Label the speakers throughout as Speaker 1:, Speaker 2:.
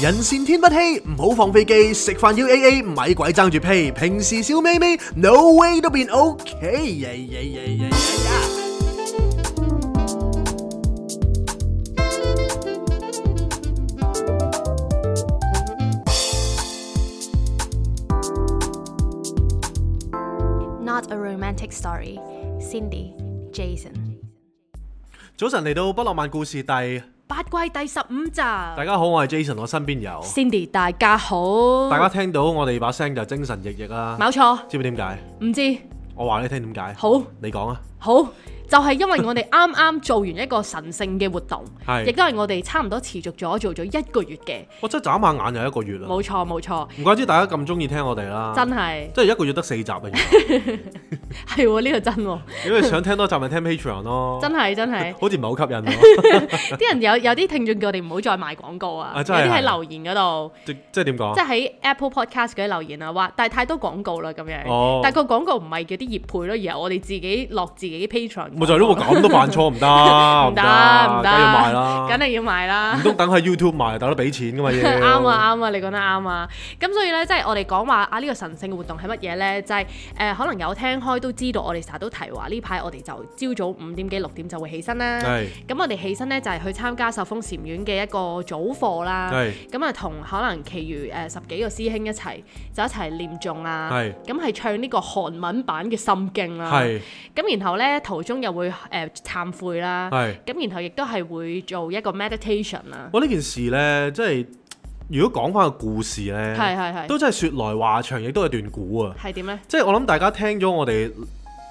Speaker 1: 人善天不欺，唔好放飛機，食飯要 A A，咪鬼爭住 pay。平時笑眯眯，no way 都變 OK。耶耶耶耶耶
Speaker 2: ，Not a romantic story。Cindy、Jason，
Speaker 1: 早晨嚟到不浪漫故事第，大
Speaker 2: 八季第十五集。
Speaker 1: 家好，我係 Jason，我身邊有，
Speaker 2: Cindy，大家好。
Speaker 1: 大家聽到我哋把聲就精神奕奕啦。
Speaker 2: 冇錯，
Speaker 1: 知唔知點解？
Speaker 2: 唔知
Speaker 1: 我話你聽點解？
Speaker 2: 好，
Speaker 1: 你講啊。
Speaker 2: 好就係、因為我哋啱啱做完一個神聖嘅活動，
Speaker 1: 係
Speaker 2: 亦都係我哋差唔多持續咗做咗一個月嘅。
Speaker 1: 我真係眨下眼又一個月啦。
Speaker 2: 冇錯冇錯，
Speaker 1: 唔怪之大家咁中意聽我哋啦。
Speaker 2: 真係
Speaker 1: 即係一個月得四集啊！原來
Speaker 2: 係喎呢個真喎，
Speaker 1: 如果你想聽多集，咪聽 Patreon 咯。
Speaker 2: 真係真係。
Speaker 1: 好似唔係好吸引啊 喎。
Speaker 2: 啲人有有啲聽眾叫我哋唔好再賣廣告啊，
Speaker 1: 啊
Speaker 2: 有
Speaker 1: 真係
Speaker 2: 啲喺
Speaker 1: 係哦
Speaker 2: 留言嗰度，
Speaker 1: 即即係點講啊
Speaker 2: 即？係喺 Apple Podcast 嗰啲留言啊，話但係太多廣告啦咁樣，
Speaker 1: 哦
Speaker 2: 但係個廣告唔係叫啲業配咯，而係我哋自己落自己 Patreon，
Speaker 1: 咪就係咯，咁都犯錯唔得，
Speaker 2: 唔
Speaker 1: 哦唔
Speaker 2: 得唔
Speaker 1: 梗係要賣
Speaker 2: 得，
Speaker 1: 啦。
Speaker 2: 梗係要賣啦
Speaker 1: 唔。通等喺 YouTube 賣，大佬俾錢噶 嘛要。
Speaker 2: 啱啊啱啊，你講得啱啊！咁所以咧，即係我哋講話啊，呢、個神聖嘅活動係乜嘢咧？就係、呃可能有聽開都知道，我哋成日都提話呢排我哋就朝早五點幾六點就會起身啦。
Speaker 1: 係
Speaker 2: 咁啊我哋起身咧就係、去參加受封禪院嘅一個早課啦。
Speaker 1: 係
Speaker 2: 咁啊，同可能其餘誒、呃十幾個師兄一齊就一齊念誦啊。
Speaker 1: 係
Speaker 2: 咁係唱呢個韓文版嘅心經啦。
Speaker 1: 係
Speaker 2: 咁然後咧途中又會誒、呃、懺悔啦。
Speaker 1: 係。
Speaker 2: 咁然後亦都係會做一個 meditation 啊啦。
Speaker 1: 我呢件事咧，即係如果講翻個故事咧，
Speaker 2: 係係係。
Speaker 1: 都真係説來話長，亦都有段古啊。
Speaker 2: 係點咧？
Speaker 1: 即係我諗大家聽咗我哋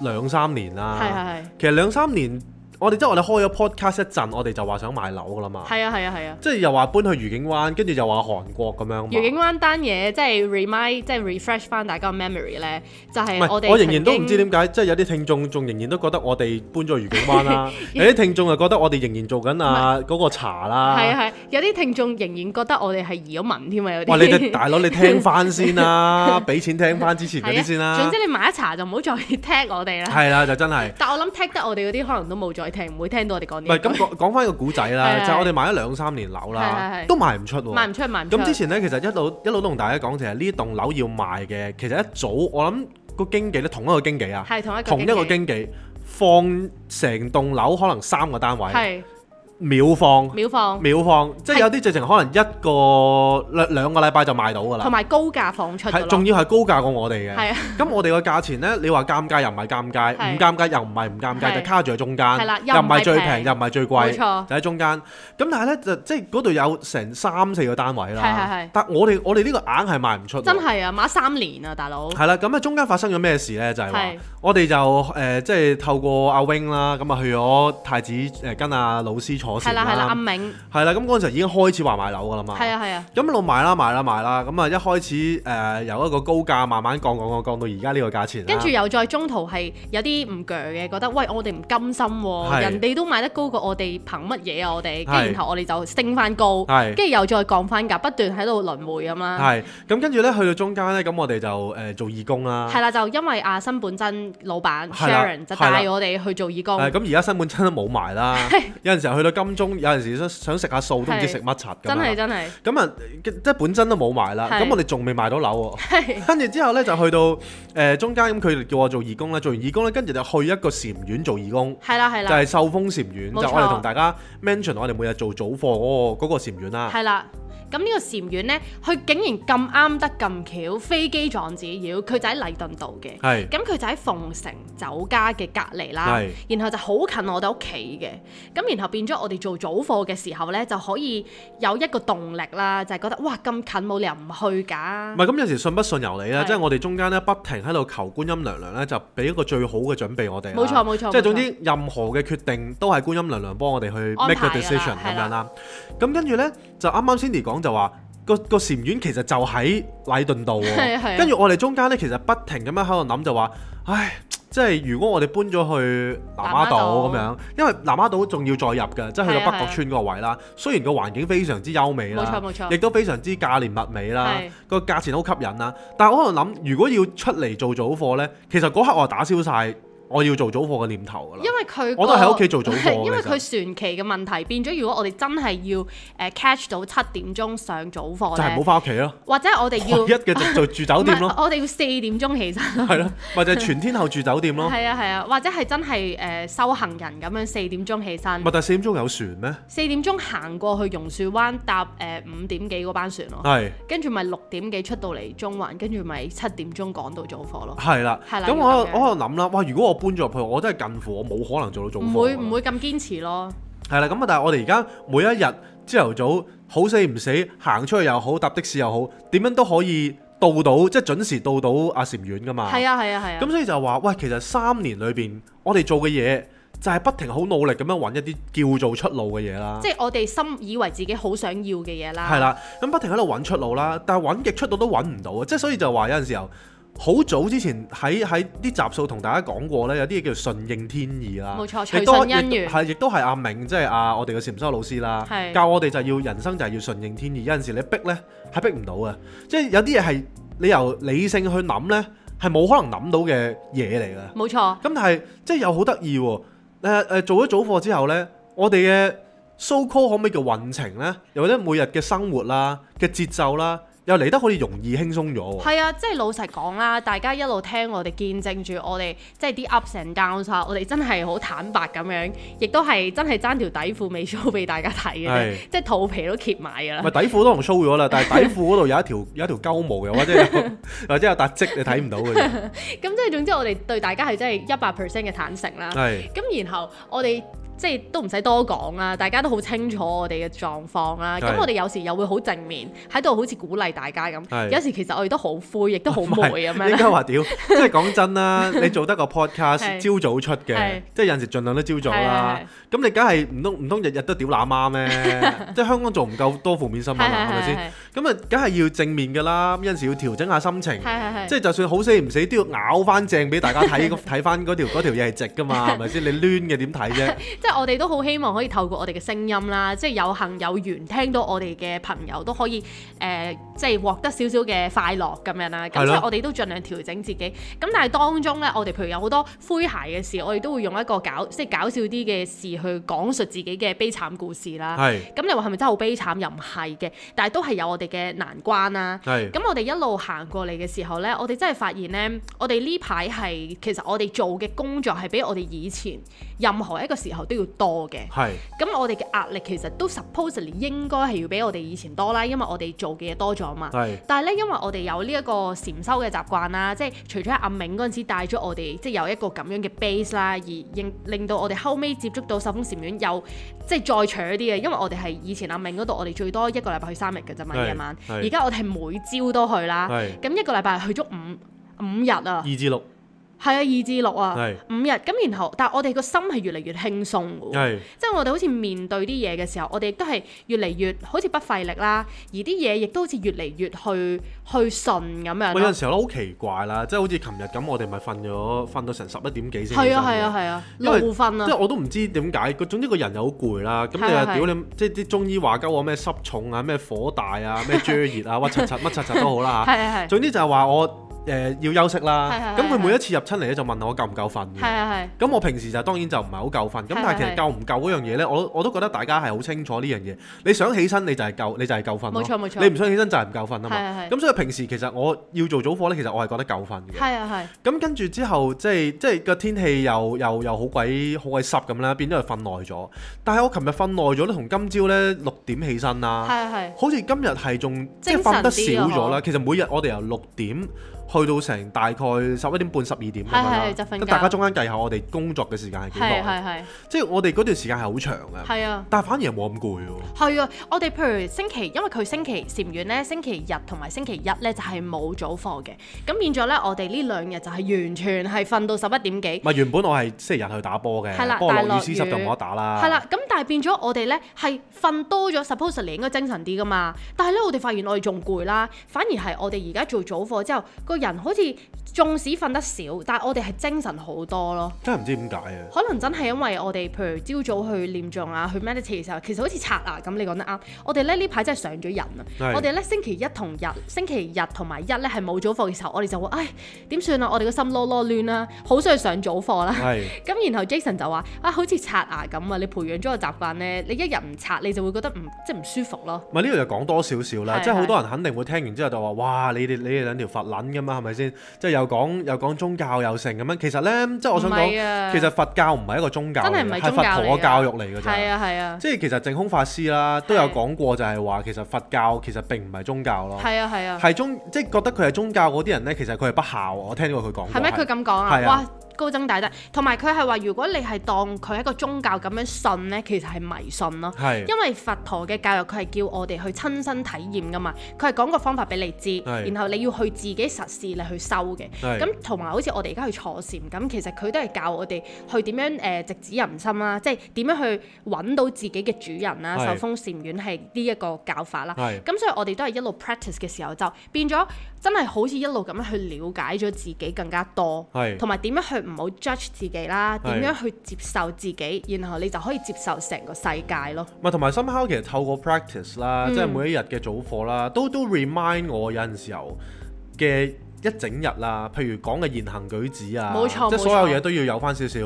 Speaker 1: 兩三年啦。
Speaker 2: 係係係。
Speaker 1: 其實兩三年，我哋即係我哋開咗 podcast 一陣，我哋就話想買樓噶啦嘛。
Speaker 2: 係啊係啊係啊！
Speaker 1: 即係又話搬去愉景灣，跟住又話韓國咁樣嘛。
Speaker 2: 愉景灣單嘢即係 remind，即係 refresh 翻大家嘅 memory 咧，就
Speaker 1: 唔
Speaker 2: 係我
Speaker 1: 係，
Speaker 2: 哋
Speaker 1: 我仍然都唔
Speaker 2: 曾
Speaker 1: 知
Speaker 2: 經
Speaker 1: 點解，即係有啲聽眾仲仍然都覺得我哋搬咗去愉景灣啦，有啲聽眾又覺得我哋仍然做緊啊嗰個茶
Speaker 2: 係
Speaker 1: 啦。
Speaker 2: 啊係，有啲聽眾仍然覺得我哋係移咗民添啊，有啲。
Speaker 1: 哇！你哋大佬，你聽翻先啦，俾錢聽翻之前嗰
Speaker 2: 係啊
Speaker 1: 啲先啦
Speaker 2: 總。之你買一茶就唔好再 tag 我哋啦。
Speaker 1: 係啦，就真係。
Speaker 2: 但我諗 tag 得我哋嗰啲可能都冇再聽，唔會聽到我哋講
Speaker 1: 唔
Speaker 2: 啲
Speaker 1: 係
Speaker 2: 嘢。
Speaker 1: 咁講講翻個古仔啦
Speaker 2: 係，係
Speaker 1: 就係我哋買咗兩三年樓
Speaker 2: 係係
Speaker 1: 啦
Speaker 2: 係，
Speaker 1: 都賣唔出
Speaker 2: 賣
Speaker 1: 喎
Speaker 2: 唔。出賣唔出。
Speaker 1: 哦咁之前呢，其實一路一路都同大家講，其實呢棟樓要賣嘅，其實一早我諗個經紀咧，同一個經紀啊，
Speaker 2: 係同一個
Speaker 1: 同一個經
Speaker 2: 經紀
Speaker 1: 紀放成棟樓可能三個單位，
Speaker 2: 係
Speaker 1: 秒放。
Speaker 2: 秒放，
Speaker 1: 秒放，即係
Speaker 2: 係
Speaker 1: 有啲直情可能一個兩兩個禮拜就賣到㗎
Speaker 2: 同
Speaker 1: 啦，
Speaker 2: 埋高價放出㗎
Speaker 1: 係
Speaker 2: 咯
Speaker 1: 仲要係高價過我哋嘅。
Speaker 2: 係啊
Speaker 1: 咁我哋個價錢呢，你話尷尬又唔係尷尬，
Speaker 2: 係
Speaker 1: 唔尷尬又唔係唔尷
Speaker 2: 係
Speaker 1: 尬，就卡住喺中間，
Speaker 2: 係啦又
Speaker 1: 又
Speaker 2: 唔
Speaker 1: 唔
Speaker 2: 係
Speaker 1: 係最
Speaker 2: 平
Speaker 1: 平又唔係最
Speaker 2: 冇
Speaker 1: 貴，
Speaker 2: 錯，
Speaker 1: 就喺中間。咁但係呢，就即係嗰度有成三四個單位
Speaker 2: 係係
Speaker 1: 啦
Speaker 2: 係，
Speaker 1: 但我哋我哋呢個硬係賣唔出喎。
Speaker 2: 真係啊，買咗三年啊，大佬
Speaker 1: 係啦，咁啊中間發生咗咩事呢？就係話
Speaker 2: 係
Speaker 1: 我哋就誒即係透過阿 wing 啦，咁啊去咗太子誒跟阿老師坐
Speaker 2: 係
Speaker 1: 船
Speaker 2: 啦係啦，
Speaker 1: 啦，
Speaker 2: 阿明
Speaker 1: 係啦，咁嗰陣時已經開始話買樓㗎啦嘛。
Speaker 2: 係啊係啊，
Speaker 1: 咁一路賣啦賣啦賣啦，咁啊一開始誒、呃由一個高價慢慢降降降降到而家呢個價錢啦
Speaker 2: 跟住又再中途係有啲唔鋸嘅，覺得喂我哋唔甘心喎，
Speaker 1: 係
Speaker 2: 人哋都買得高過我哋，憑乜嘢啊我哋？跟住
Speaker 1: 係
Speaker 2: 然後我哋就升翻高，
Speaker 1: 係
Speaker 2: 跟住又再降翻價，不斷喺度輪迴咁啦。
Speaker 1: 係啊咁跟住咧去到中間咧，咁我哋就誒、呃做義工啦。
Speaker 2: 係啦，就因為阿新本真老闆
Speaker 1: 係啦
Speaker 2: Sharon 就
Speaker 1: 係啦
Speaker 2: 帶我哋去做義工，
Speaker 1: 誒咁而家新本真都冇埋 啦，有陣時候去到金鐘，有陣時想想食下素都唔
Speaker 2: 係
Speaker 1: 知食乜柒咁
Speaker 2: 真係
Speaker 1: 樣啦。
Speaker 2: 真係
Speaker 1: 咁啊，即係本真都冇埋啦。
Speaker 2: 係
Speaker 1: 咁我哋仲未賣到樓
Speaker 2: 係
Speaker 1: 喎。跟住之後咧就去到誒、呃中間，咁佢哋叫我做義工啦，做完義工咧，跟住就去一個禪院做義工。
Speaker 2: 係啦係
Speaker 1: 就
Speaker 2: 啦
Speaker 1: 係秀峰禪院，就
Speaker 2: 冇
Speaker 1: 我哋
Speaker 2: 錯
Speaker 1: 同大家 mention 我哋每日做早課嗰、個嗰、個禪院啦。
Speaker 2: 係啦。咁呢個禪院呢，佢竟然咁啱得咁巧，飛機撞紙鷂，佢就喺禮頓道嘅。
Speaker 1: 係
Speaker 2: 咁佢就喺鳳城酒家嘅隔離啦
Speaker 1: 係，
Speaker 2: 然後就好近我哋屋企嘅，咁然後變咗我哋做早課嘅時候呢，就可以有一個動力啦，就係、覺得哇咁近冇理由唔去
Speaker 1: 唔
Speaker 2: 㗎，
Speaker 1: 係咁有時信不信由你啦，
Speaker 2: 係
Speaker 1: 即係我哋中間咧不停喺度求觀音娘娘咧，就俾一個最好嘅準備我哋啦。
Speaker 2: 冇錯冇錯
Speaker 1: 即係
Speaker 2: 冇錯
Speaker 1: 總之任何嘅決定都係觀音娘娘幫我哋去
Speaker 2: 安
Speaker 1: make 個
Speaker 2: 排㗎啦
Speaker 1: decision 咁
Speaker 2: 係
Speaker 1: 樣
Speaker 2: 啦
Speaker 1: 啦。咁跟住咧就啱啱 Cindy 講就話。個個禪院其實就喺禮頓道
Speaker 2: 係啊係啊
Speaker 1: 喎，跟住我哋中間咧，其實不停咁樣喺度諗就話，唉，即係如果我哋搬咗去南丫島咁
Speaker 2: 南
Speaker 1: 樣，因為南丫島仲要再入㗎，即係去
Speaker 2: 係啊
Speaker 1: 到
Speaker 2: 係
Speaker 1: 北
Speaker 2: 啊
Speaker 1: 角村嗰個位啦。雖然個環境非常之優美啦，
Speaker 2: 冇錯冇錯
Speaker 1: 啊亦都非常之價廉物美啦
Speaker 2: 係，
Speaker 1: 個啊價錢好吸引啦。但係我可能諗，如果要出嚟做早課呢，其實嗰刻我打消晒我要做早課嘅念頭㗎啦
Speaker 2: 因。為佢
Speaker 1: 我都
Speaker 2: 個
Speaker 1: 係喺屋企做早課
Speaker 2: 因為佢船
Speaker 1: 其
Speaker 2: 期嘅問題變咗，如果我哋真係要誒、呃 catch 到七點鐘上早
Speaker 1: 就係唔好
Speaker 2: 課咧，
Speaker 1: 翻屋企咯，
Speaker 2: 或者我哋
Speaker 1: 一
Speaker 2: 要
Speaker 1: 嘅就就住酒
Speaker 2: 唔
Speaker 1: 店
Speaker 2: 係
Speaker 1: 咯，
Speaker 2: 我哋要四點鐘起身咯。
Speaker 1: 係咯，咪就係全天候住酒店咯。
Speaker 2: 係啊係啊，或者係真係誒、呃修行人咁樣四點鐘起身
Speaker 1: 咪，但係四點鐘有船咩？
Speaker 2: 四點鐘行過去榕樹灣搭誒呃五、點幾嗰班船咯，
Speaker 1: 係
Speaker 2: 跟住咪六點幾出到嚟中環，跟住咪七點鐘趕到早課咯，
Speaker 1: 係啦，
Speaker 2: 係啦
Speaker 1: 咁我
Speaker 2: 要咁樣
Speaker 1: 我喺度諗啦，哇！如果我搬咗入去，我真係近乎我冇可能做到早課㗎啦。
Speaker 2: 唔會唔會咁堅持咯。
Speaker 1: 係啦，咁啊，但係我哋而家每一日朝頭早好死唔死行出去又好，搭的士又好，點樣都可以到到，即係準時到到阿禪院噶嘛。
Speaker 2: 係啊係啊係啊。
Speaker 1: 咁所以就話，喂，其實三年裏邊我哋做嘅嘢就係不停好努力咁樣揾一啲叫做出路嘅嘢啦。
Speaker 2: 即係啊我哋心以為自己好想要嘅嘢啦。
Speaker 1: 係啦，咁不停喺度揾出路啦，但係揾極出路都揾唔到啊！即係所以就話有陣時候，好早之前喺喺啲集數同大家講過咧，有啲嘢叫順應天意啦，
Speaker 2: 冇錯
Speaker 1: 亦都
Speaker 2: 隨順因緣
Speaker 1: 亦都係亦都係阿明即係阿我哋嘅禪修老師啦，
Speaker 2: 係
Speaker 1: 教我哋就係要人生就係要順應天意。有陣時你逼咧係逼唔到嘅，即係有啲嘢係你由理性去諗咧係冇可能諗到嘅嘢嚟嘅。
Speaker 2: 冇錯，
Speaker 1: 咁但係即係又好得意喎，誒、誒做咗早課之後咧，我哋嘅 so call 可唔可以叫運程咧，又或者每日嘅生活啦嘅節奏啦，又嚟得好似容易輕鬆咗喎。
Speaker 2: 係啊，即係老實講啦，大家一路聽我哋見證住我哋即係啲 ups and downs 啊，我哋真係好坦白咁樣，亦都係真係爭條底褲未 show 俾大家睇嘅啫
Speaker 1: 係，
Speaker 2: 即係肚皮都揭埋㗎
Speaker 1: 咪
Speaker 2: 啦。
Speaker 1: 底褲都同 show 咗啦，但 係底褲嗰度有一條有一條鳩毛嘅，或者 有或者有笪積你睇唔到嘅啫，
Speaker 2: 咁即係總之我哋對大家係真係一百 percent 嘅坦誠啦。
Speaker 1: 係
Speaker 2: 咁然後我哋即係都唔使多講啦，大家都好清楚我哋嘅狀況啦。
Speaker 1: 係
Speaker 2: 咁我哋有時又會好正面喺度，好似鼓勵大家
Speaker 1: 係
Speaker 2: 咁。有時其實我哋都好灰，亦都好
Speaker 1: 唔係
Speaker 2: 霉咁樣
Speaker 1: 應
Speaker 2: 啦。
Speaker 1: 該話屌，即係講真 啦，你做得個 podcast
Speaker 2: 係
Speaker 1: 朝早出嘅
Speaker 2: 係，
Speaker 1: 即係有陣時盡量都朝早啦。咁你梗係唔通唔通日日都屌乸媽 咩？即係香港 做唔夠多負面新聞啊，係咪先？
Speaker 2: 係
Speaker 1: 咁啊，梗係要正面噶啦，咁有陣時要調整下心情，
Speaker 2: 係係
Speaker 1: 即係就算好死唔死都要咬翻正俾大家 睇，睇翻嗰條嗰條嘢係直噶嘛，係咪先？你攣嘅點睇 啫？
Speaker 2: 即係我哋都好希望可以透過我哋嘅聲音啦，即係有幸有緣聽到我哋嘅朋友都可以誒、呃即係獲得少少嘅快樂咁樣啦。
Speaker 1: 係咯
Speaker 2: 咁所以我哋都盡量調整自己。咁但係當中呢，我哋譬如有好多詼諧嘅事，我哋都會用一個搞即係搞笑啲嘅事去講述自己嘅悲慘故事啦。
Speaker 1: 係
Speaker 2: 咁你話係咪真係好悲慘？又唔係嘅，但係都係有我哋嘅難關啦、
Speaker 1: 係
Speaker 2: 咁我哋一路行過嚟嘅時候呢，我哋真係發現呢，我哋呢排係其實我哋做嘅工作係比我哋以前任何一個時候都要多嘅。
Speaker 1: 係
Speaker 2: 咁我哋嘅壓力其實都 supposedly 應該係要比我哋以前多啦，因為我哋做嘅嘢多咗嘛。
Speaker 1: 係
Speaker 2: 但係咧，因為我哋有呢一個禪修嘅習慣啦，即係除咗阿明嗰陣時帶咗我哋，即係有一個咁樣嘅 base 啦，而令令到我哋後尾接觸到十峰禪院又即係再扯啲嘅，因為我哋係以前阿明嗰度，我哋最多一個禮拜去三日嘅啫嘛，
Speaker 1: 係
Speaker 2: 夜晚。
Speaker 1: 係
Speaker 2: 而家我哋係每朝都去啦，
Speaker 1: 係
Speaker 2: 咁一個禮拜去足五五日啊，
Speaker 1: 二至 六
Speaker 2: 係啊，二至六啊
Speaker 1: 係，
Speaker 2: 五日。咁然後，但係我哋個心係越嚟越輕鬆嘅喎。
Speaker 1: 係
Speaker 2: 即係我哋好似面對啲嘢嘅時候，我哋亦都係越嚟越好似不費力啦，而啲嘢亦都好似越嚟越去去順咁樣
Speaker 1: 喂，有
Speaker 2: 咯
Speaker 1: 陣。時候咧好奇怪啦，即係好似琴日咁，我哋咪瞓咗瞓到成十一點幾先起身嘅。
Speaker 2: 係啊係啊係啊，
Speaker 1: 因為
Speaker 2: 怒瞓
Speaker 1: 即係
Speaker 2: 啊，
Speaker 1: 我都唔知點解，個總之個人又好攰啦。咁
Speaker 2: 係啊
Speaker 1: 你
Speaker 2: 係
Speaker 1: 又屌你，即係啲中醫話鳩我咩濕重啊、咩火大啊、 咩灼熱啊、乜柒柒乜柒柒都好啦
Speaker 2: 係啊係係
Speaker 1: 總之就係話我誒、要休息
Speaker 2: 係
Speaker 1: 啦。
Speaker 2: 係
Speaker 1: 咁
Speaker 2: 係
Speaker 1: 佢每一次入親嚟咧就問我夠唔夠瞓
Speaker 2: 係啊
Speaker 1: 嘅。
Speaker 2: 係
Speaker 1: 咁我平時就當然就唔係好夠瞓，咁
Speaker 2: 係
Speaker 1: 但係其實
Speaker 2: 係
Speaker 1: 夠唔夠嗰樣嘢呢，我我都覺得大家係好清楚呢樣嘢。你想起身你就係夠，你就係夠瞓咯。啊
Speaker 2: 冇錯冇錯
Speaker 1: 你唔想起身就係唔夠瞓啊嘛。
Speaker 2: 係係係
Speaker 1: 咁所以平時其實我要做早課呢，其實我係覺得夠瞓嘅。
Speaker 2: 係啊
Speaker 1: 咁跟住之後，即係即係個天氣又又又好鬼好鬼濕咁啦，變咗係瞓耐咗。但係我琴日瞓耐咗咧，同今朝呢六點起身
Speaker 2: 係啊
Speaker 1: 啦。
Speaker 2: 係係
Speaker 1: 好似今日係仲即係
Speaker 2: 精神
Speaker 1: 瞓得
Speaker 2: 啲
Speaker 1: 少
Speaker 2: 啊
Speaker 1: 咗啦。
Speaker 2: 嗬
Speaker 1: 其實每日我哋由六點去到成大概十一點半、十二點咁樣
Speaker 2: 係
Speaker 1: 啦。
Speaker 2: 係就瞓
Speaker 1: 咁
Speaker 2: 覺
Speaker 1: 大家中間計下我哋工作嘅時間係幾
Speaker 2: 係
Speaker 1: 耐？
Speaker 2: 係係
Speaker 1: 即係我哋嗰段時間係好長嘅，
Speaker 2: 係啊。
Speaker 1: 但係反而冇咁攰喎。
Speaker 2: 係啊，我哋譬如星期，因為佢星期禪院咧，星期日同埋星期一咧就係冇早課嘅，咁變咗咧，我哋呢兩日就係完全係瞓到十一點幾，
Speaker 1: 咪原本我係星期日去打波嘅
Speaker 2: 係啦，
Speaker 1: 不過
Speaker 2: 但係
Speaker 1: 落雨
Speaker 2: 落
Speaker 1: 濕就
Speaker 2: 雨
Speaker 1: 冇得打啦。
Speaker 2: 係啦，咁但但係變咗我哋呢係瞓多咗，supposedly 應該精神啲噶嘛。但係呢，我哋發現我哋仲攰啦，反而係我哋而家做早課之後，個人好似縱使瞓得少，但係我哋係精神好多咯。
Speaker 1: 真係唔知點解啊！
Speaker 2: 可能真係因為我哋譬如朝早去念誦啊，去 meditate 嘅時候，其實好似刷牙咁，你講得啱。我哋咧呢排真係上咗癮啊！
Speaker 1: 係
Speaker 2: 我哋咧星期一同日、星期日同埋一咧係冇早課嘅時候，我哋就會唉點算啊！我哋個心囉囉攣啦，好想去上早課啦。
Speaker 1: 係
Speaker 2: 咁然後 Jason 就話啊，好似刷牙咁啊！你培養咗個習慣咧，你一日唔刷你就會覺得唔即係唔舒服咯。
Speaker 1: 咪呢度就講多少少啦，
Speaker 2: 係
Speaker 1: 即係好
Speaker 2: 係
Speaker 1: 多人肯定會聽完之後就話：哇！你哋你哋兩條佛撚㗎嘛，係咪先？即係又講又講宗教又成咁樣。其實呢，即係我想
Speaker 2: 唔
Speaker 1: 講，
Speaker 2: 係啊
Speaker 1: 其實佛教唔係一個宗教嚟
Speaker 2: 真係
Speaker 1: 嘅，
Speaker 2: 唔
Speaker 1: 係
Speaker 2: 係
Speaker 1: 佛
Speaker 2: 宗教嚟
Speaker 1: 陀嘅
Speaker 2: 㗎
Speaker 1: 教育嚟㗎咋。
Speaker 2: 係啊係啊
Speaker 1: 即係其實淨空法師啦，都有
Speaker 2: 係
Speaker 1: 講過就係話，其實佛教其實並唔係宗教咯，
Speaker 2: 係啊係啊，
Speaker 1: 係宗即係覺得佢係宗教嗰啲人呢，其實佢係不孝。我聽過佢講過。
Speaker 2: 係咩？佢咁講啊
Speaker 1: 係？啊
Speaker 2: 哇！高僧大德，同埋佢係話，如果你係當佢係一個宗教咁樣信咧，其實係迷信咯。
Speaker 1: 係
Speaker 2: 因為佛陀嘅教育，佢係叫我哋去親身體驗噶嘛，佢係講個方法俾你知，
Speaker 1: 係
Speaker 2: 然後你要去自己實施，你去修嘅。
Speaker 1: 係
Speaker 2: 咁同埋好似我哋而家去坐禪咁，其實佢都係教我哋去點樣誒、呃直指人心啦，即係點樣去揾到自己嘅主人啦。
Speaker 1: 係
Speaker 2: 受封禪院係呢一個教法啦。
Speaker 1: 係
Speaker 2: 咁所以我哋都係一路 practice 嘅時候，就變咗真係好似一路咁樣去了解咗自己更加多。
Speaker 1: 係
Speaker 2: 同埋點樣去唔好 judge 自己啦，
Speaker 1: 係
Speaker 2: 點樣去接受自己，然後你就可以接受成個世界咯。
Speaker 1: 咪啊同埋 somehow 其實透過 practice 啦，
Speaker 2: 嗯
Speaker 1: 即係每一日嘅早課啦，都都 remind 我有陣時候嘅一整日啦，譬如講嘅言行舉止啊，
Speaker 2: 冇錯
Speaker 1: 即係
Speaker 2: 冇
Speaker 1: 所有
Speaker 2: 錯
Speaker 1: 嘢都要有翻少少。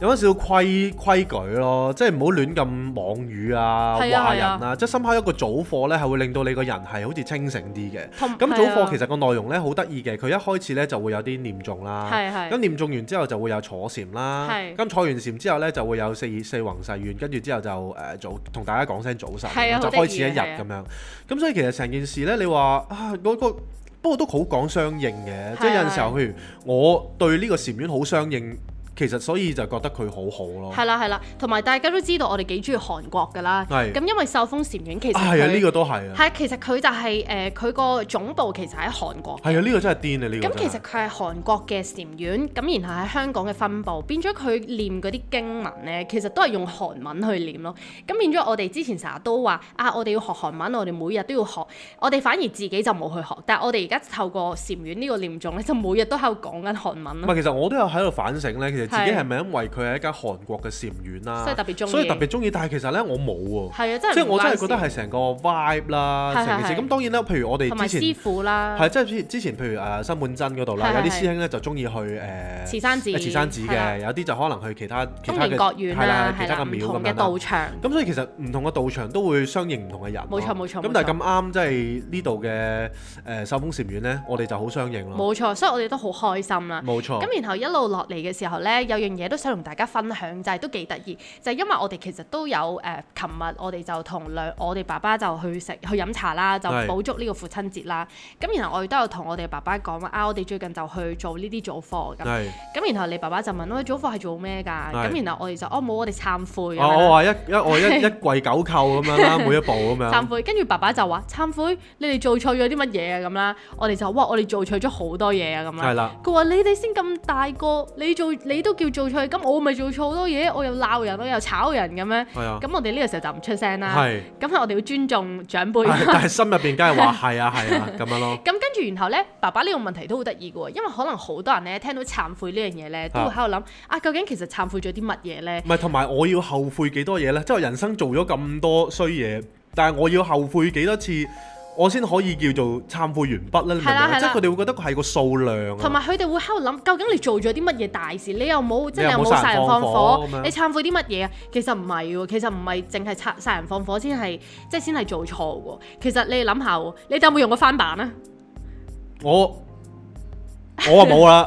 Speaker 1: 有翻少少規規矩咯，即係唔好亂咁妄語啊、
Speaker 2: 係啊
Speaker 1: 話人
Speaker 2: 係啊
Speaker 1: 啊，即係 somehow 一個早課呢，係會令到你個人係好似清醒啲嘅。
Speaker 2: 同啊
Speaker 1: 咁早課其
Speaker 2: 實
Speaker 1: 實個內容呢，好得意嘅，佢一開始呢就會有啲念誦啦，
Speaker 2: 係係
Speaker 1: 咁念誦完之後就會有坐禪啦，
Speaker 2: 係
Speaker 1: 咁坐完禪之後呢，就會有四四弘誓願，跟住之後就誒早同大家講聲早晨，
Speaker 2: 係啊
Speaker 1: 就
Speaker 2: 好得意
Speaker 1: 開始一日
Speaker 2: 啊係啊
Speaker 1: 咁樣。咁所以其實成件事呢，你話啊嗰個不過都好講相應嘅，即係有陣時候譬如我對呢個禪院好相應，其實所以就覺得佢好好咯。
Speaker 2: 係啦係啦，同埋大家都知道我哋幾中意韓國㗎啦。
Speaker 1: 係
Speaker 2: 咁因為秀峰禪院其實
Speaker 1: 啊係啊，
Speaker 2: 佢
Speaker 1: 呢個都係啊，
Speaker 2: 係其實佢就係誒佢個總部其實喺韓國。
Speaker 1: 係啊，呢個真係癲啊！呢個
Speaker 2: 咁
Speaker 1: 真
Speaker 2: 其
Speaker 1: 係
Speaker 2: 實佢係韓國嘅禪院，咁然後喺香港嘅分部，變咗佢念嗰啲經文咧，其實都係用韓文去念咯。咁變咗我哋之前成日都話啊，我哋要學韓文，我哋每日都要學，我哋反而自己就冇去學。但係我哋而家透過禪院呢個念誦咧，就每日都喺度講緊韓文
Speaker 1: 唔
Speaker 2: 咯。
Speaker 1: 係，其實我都有喺度反省咧，其實自己
Speaker 2: 係
Speaker 1: 係咪因為佢係一間韓國嘅禪院啦，
Speaker 2: 所以特別鍾意
Speaker 1: 所以特別中意。但係其實咧，我冇喎，
Speaker 2: 係啊，真係
Speaker 1: 即係我真係
Speaker 2: 唔關
Speaker 1: 覺得
Speaker 2: 事
Speaker 1: 係成個 vibe 啦，
Speaker 2: 係係
Speaker 1: 成件事。
Speaker 2: 係
Speaker 1: 咁當然啦，譬如我
Speaker 2: 同埋
Speaker 1: 哋之前
Speaker 2: 師傅啊啦，
Speaker 1: 係即係之之前，譬如誒新本真嗰度啦，
Speaker 2: 係
Speaker 1: 有
Speaker 2: 係
Speaker 1: 啲師兄咧就中意去誒
Speaker 2: 慈山寺
Speaker 1: 誒慈山寺
Speaker 2: 係啦
Speaker 1: 嘅，有啲就可能去其他其
Speaker 2: 中
Speaker 1: 他嘅
Speaker 2: 年國院
Speaker 1: 係
Speaker 2: 啦，
Speaker 1: 其
Speaker 2: 係
Speaker 1: 他
Speaker 2: 啦，
Speaker 1: 嘅
Speaker 2: 唔
Speaker 1: 廟
Speaker 2: 同
Speaker 1: 咁
Speaker 2: 嘅
Speaker 1: 樣
Speaker 2: 道
Speaker 1: 啦。
Speaker 2: 場。
Speaker 1: 咁所以其實唔同嘅道場都會相應唔同嘅人咯。
Speaker 2: 冇錯冇錯
Speaker 1: 咁
Speaker 2: 冇
Speaker 1: 但係
Speaker 2: 錯
Speaker 1: 咁啱，即係呢度嘅誒秀峰禪院咧，我哋就好相應咯。
Speaker 2: 冇錯，所以我哋都好開心啦。
Speaker 1: 冇錯。
Speaker 2: 咁然後一路落嚟嘅時候呢，有樣嘢都想同大家分享，就係、都幾得意，就係、因為我哋其實都有誒，琴、日我哋就同兩我哋爸爸就去食去飲茶啦，就
Speaker 1: 係
Speaker 2: 補足呢個父親節啦。咁然後我哋都有同我哋爸爸講話啊，我哋最近就去做呢啲早課咁。
Speaker 1: 係。
Speaker 2: 咁然後你爸爸就問我早課係做咩㗎？
Speaker 1: 係
Speaker 2: 咁然後我哋就哦冇，我哋懺悔咁
Speaker 1: 啊！
Speaker 2: 樣
Speaker 1: 我
Speaker 2: 啦。
Speaker 1: 話一 一我一一跪九叩咁樣啦，每一步咁
Speaker 2: 懺
Speaker 1: 樣。
Speaker 2: 悔，跟住爸爸就話懺悔，你哋做錯咗啲乜嘢啊咁啦，我哋就哇，我哋做錯咗好多嘢啊咁啦
Speaker 1: 係。啦，
Speaker 2: 佢話：你哋先咁大個，你做你都叫做錯，咁我咪做錯好多嘢，我又鬧人，我又炒人咁樣。
Speaker 1: 係啊，
Speaker 2: 咁我哋呢個時候就唔出聲啦。
Speaker 1: 係。
Speaker 2: 咁我哋要尊重長輩。
Speaker 1: 係 但係心入邊梗係話係啊係啊咁樣咯。
Speaker 2: 咁跟住然後呢，爸爸呢個問題都好得意嘅喎，因為可能好多人呢聽到懺悔呢樣嘢呢，都會喺度諗啊，究竟其實懺悔咗啲乜嘢呢？
Speaker 1: 唔係同埋我要後悔幾多嘢呢？即係我人生做咗咁多衰嘢，但係我要後悔幾多次，我先可以叫做懺悔完畢咧？你明唔明
Speaker 2: 係啦
Speaker 1: 啊？
Speaker 2: 係
Speaker 1: 即係
Speaker 2: 啦
Speaker 1: 佢哋會覺得係個數量
Speaker 2: 同
Speaker 1: 啊。
Speaker 2: 埋佢哋會喺度諗，究竟你做咗啲乜嘢大事？你又冇即係
Speaker 1: 你
Speaker 2: 你
Speaker 1: 又
Speaker 2: 又
Speaker 1: 冇
Speaker 2: 冇
Speaker 1: 殺
Speaker 2: 殺
Speaker 1: 人
Speaker 2: 人
Speaker 1: 放
Speaker 2: 放
Speaker 1: 火
Speaker 2: 火
Speaker 1: 咁樣，
Speaker 2: 你懺悔啲乜嘢啊？其實唔係喎，其實唔係淨係殺殺人放火先係 即係先係做錯喎。其實你諗下喎，你哋有冇用過翻 版啊？
Speaker 1: 我我啊冇啦，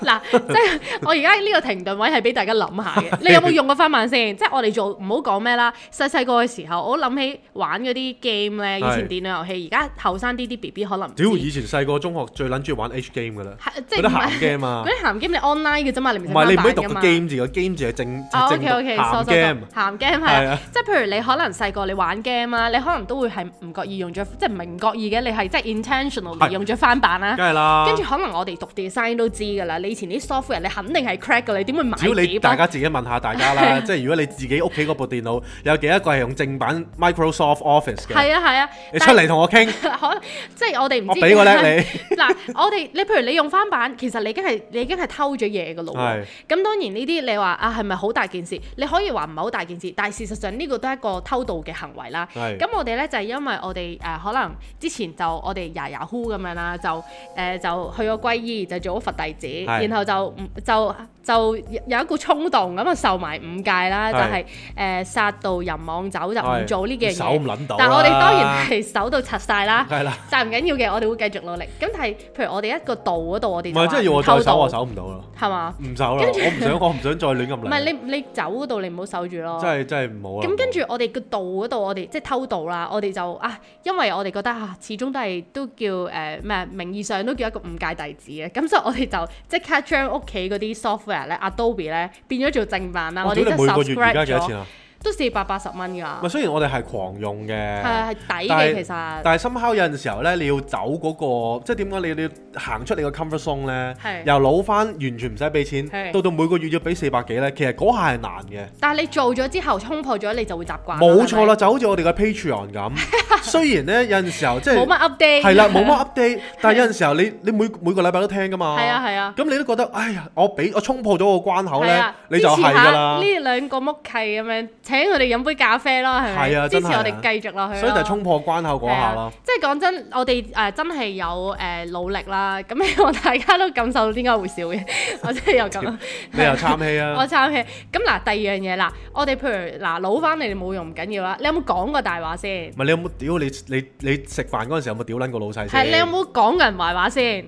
Speaker 2: 嗱，即係我而家呢個停頓位係俾大家諗下 嘅。你有冇用過翻版先？即係我哋做唔好講咩啦。細細個嘅時候，我諗起玩嗰啲 game 咧，以前電腦遊戲，而家後生啲啲 B B 可能唔知
Speaker 1: 屌！以前細個中學最撚中意玩 H game 噶啦，
Speaker 2: 係即
Speaker 1: 嗰
Speaker 2: 係
Speaker 1: 啲
Speaker 2: 唔係
Speaker 1: 鹹 game 啊
Speaker 2: 嗰，啲鹹 game 你 online 嘅啫嘛，你唔
Speaker 1: 唔係你唔
Speaker 2: 使
Speaker 1: 可以讀
Speaker 2: 翻版
Speaker 1: 個
Speaker 2: 噶嘛。
Speaker 1: game 字，個 game 字係正
Speaker 2: 哦
Speaker 1: 正讀
Speaker 2: OK OK，
Speaker 1: 鹹 game。
Speaker 2: 鹹 game 係
Speaker 1: 係
Speaker 2: 啊
Speaker 1: 啊，
Speaker 2: 即係譬如你可能細個你玩 game 啊啦，你可能都會係唔覺意用咗，即係唔係唔覺意嘅，你係即係 intentional
Speaker 1: 係
Speaker 2: 用咗翻版啦。啊
Speaker 1: 梗係啦，
Speaker 2: 跟住可能我哋讀 of design 都知㗎啦。你以前啲 software 你肯定係 crack 㗎，你點會買
Speaker 1: 只要你
Speaker 2: 幾
Speaker 1: 大
Speaker 2: 本？
Speaker 1: 家自己問下大家 啦，即係如果你自己屋企嗰部電腦有幾多個係用正版 Microsoft Office 嘅，
Speaker 2: 係啊係啊，
Speaker 1: 你出嚟同我傾，
Speaker 2: 但係 可即係我哋唔
Speaker 1: 我
Speaker 2: 知
Speaker 1: 俾個叻你。
Speaker 2: 嗱，我哋你譬如你用翻版，其實你已經係你已經係偷咗嘢㗎咯喎
Speaker 1: 係。
Speaker 2: 咁當然呢啲你話啊係咪好大件事？你可以話唔係好大件事，但係事實上呢個都係一個偷盜嘅行為啦。
Speaker 1: 係
Speaker 2: 咁我哋咧就係、因為我哋誒、呃可能之前就我哋 y a Yahoo 咁樣啦，就誒、呃就去咗皈依，就做咗佛弟子，
Speaker 1: 係
Speaker 2: 然後就唔就就有一股衝動咁啊受埋五戒啦，就係、
Speaker 1: 係
Speaker 2: 呃殺盜淫妄酒就唔
Speaker 1: 係
Speaker 2: 做呢嘅
Speaker 1: 手唔
Speaker 2: 嘢。
Speaker 1: 撚到啊啦。
Speaker 2: 但係我哋當然係手到柒晒啦。
Speaker 1: 係啦，
Speaker 2: 但唔緊要嘅，我哋會繼續努力。咁但係，譬如我哋一個度嗰度，我哋
Speaker 1: 唔
Speaker 2: 就話
Speaker 1: 係即係要我
Speaker 2: 偷
Speaker 1: 再手，
Speaker 2: 渡
Speaker 1: 我手唔到啦，
Speaker 2: 係嘛？
Speaker 1: 唔手啦，我唔想， 我唔想再亂咁嚟。
Speaker 2: 唔係你你走嗰度，你唔好守住咯。
Speaker 1: 真係啊真係唔好啦。
Speaker 2: 咁跟住我哋個度嗰度，我哋即係偷渡啦，我哋就啊，因為我哋覺得啊，始終都係都叫誒咩、名義上都叫一個五戒弟子嘅，咁所以我哋就即刻將屋企嗰啲 software 咧，Adobe 咧變咗做正版啦，
Speaker 1: 我
Speaker 2: 啊我哋
Speaker 1: 屌
Speaker 2: 即係
Speaker 1: 你每個月而家
Speaker 2: subscribe
Speaker 1: 幾多錢
Speaker 2: 咗，
Speaker 1: 啊？
Speaker 2: 都四百八十蚊㗎，
Speaker 1: 唔係雖然我哋係狂用嘅，
Speaker 2: 係係抵
Speaker 1: 但係
Speaker 2: 嘅其實。
Speaker 1: 但係深烤有陣時候咧，你要走嗰個，即係點講？你要行出你個 comfort zone 咧
Speaker 2: 係，
Speaker 1: 由攞翻完全唔使俾錢，
Speaker 2: 係
Speaker 1: 到到每個月要俾四百幾咧，其實嗰下係難嘅。
Speaker 2: 但係你做咗之後衝破咗，你就會習慣。
Speaker 1: 冇錯啦，
Speaker 2: 係
Speaker 1: 就好似我哋嘅 Patreon 咁，雖然咧有陣時候即
Speaker 2: 咪，冇
Speaker 1: 係
Speaker 2: 乜 update。
Speaker 1: 係啦，冇 乜 update，但係有陣時候你你每每個禮拜都聽噶嘛，
Speaker 2: 係啊係啊。
Speaker 1: 咁你都覺得哎呀，我俾我衝破咗個關口
Speaker 2: 係
Speaker 1: 咧
Speaker 2: 啊，
Speaker 1: 你就係㗎啦
Speaker 2: 支持，下呢兩個木契咁樣，請佢哋飲杯咖啡咯，係咪？
Speaker 1: 係啊
Speaker 2: 支
Speaker 1: 真
Speaker 2: 持
Speaker 1: 係
Speaker 2: 我
Speaker 1: 啊
Speaker 2: 哋繼續落去咯。
Speaker 1: 所以就係衝破關口嗰
Speaker 2: 係
Speaker 1: 下
Speaker 2: 啊
Speaker 1: 咯。
Speaker 2: 即係講真，我哋誒真係有誒努力啦。咁 希望大家都感受到點解會笑嘅， 我真係有咁。啊
Speaker 1: 你又參戲
Speaker 2: 我
Speaker 1: 啊，
Speaker 2: 參嘅。咁嗱，第二樣嘢嗱，我哋譬如嗱，老翻你哋冇用唔緊要啦。你有冇講過大話先
Speaker 1: 唔？係你有冇屌你你你食飯嗰陣時有冇屌撚個老細
Speaker 2: 係
Speaker 1: 先？
Speaker 2: 你有冇講過人壞話先？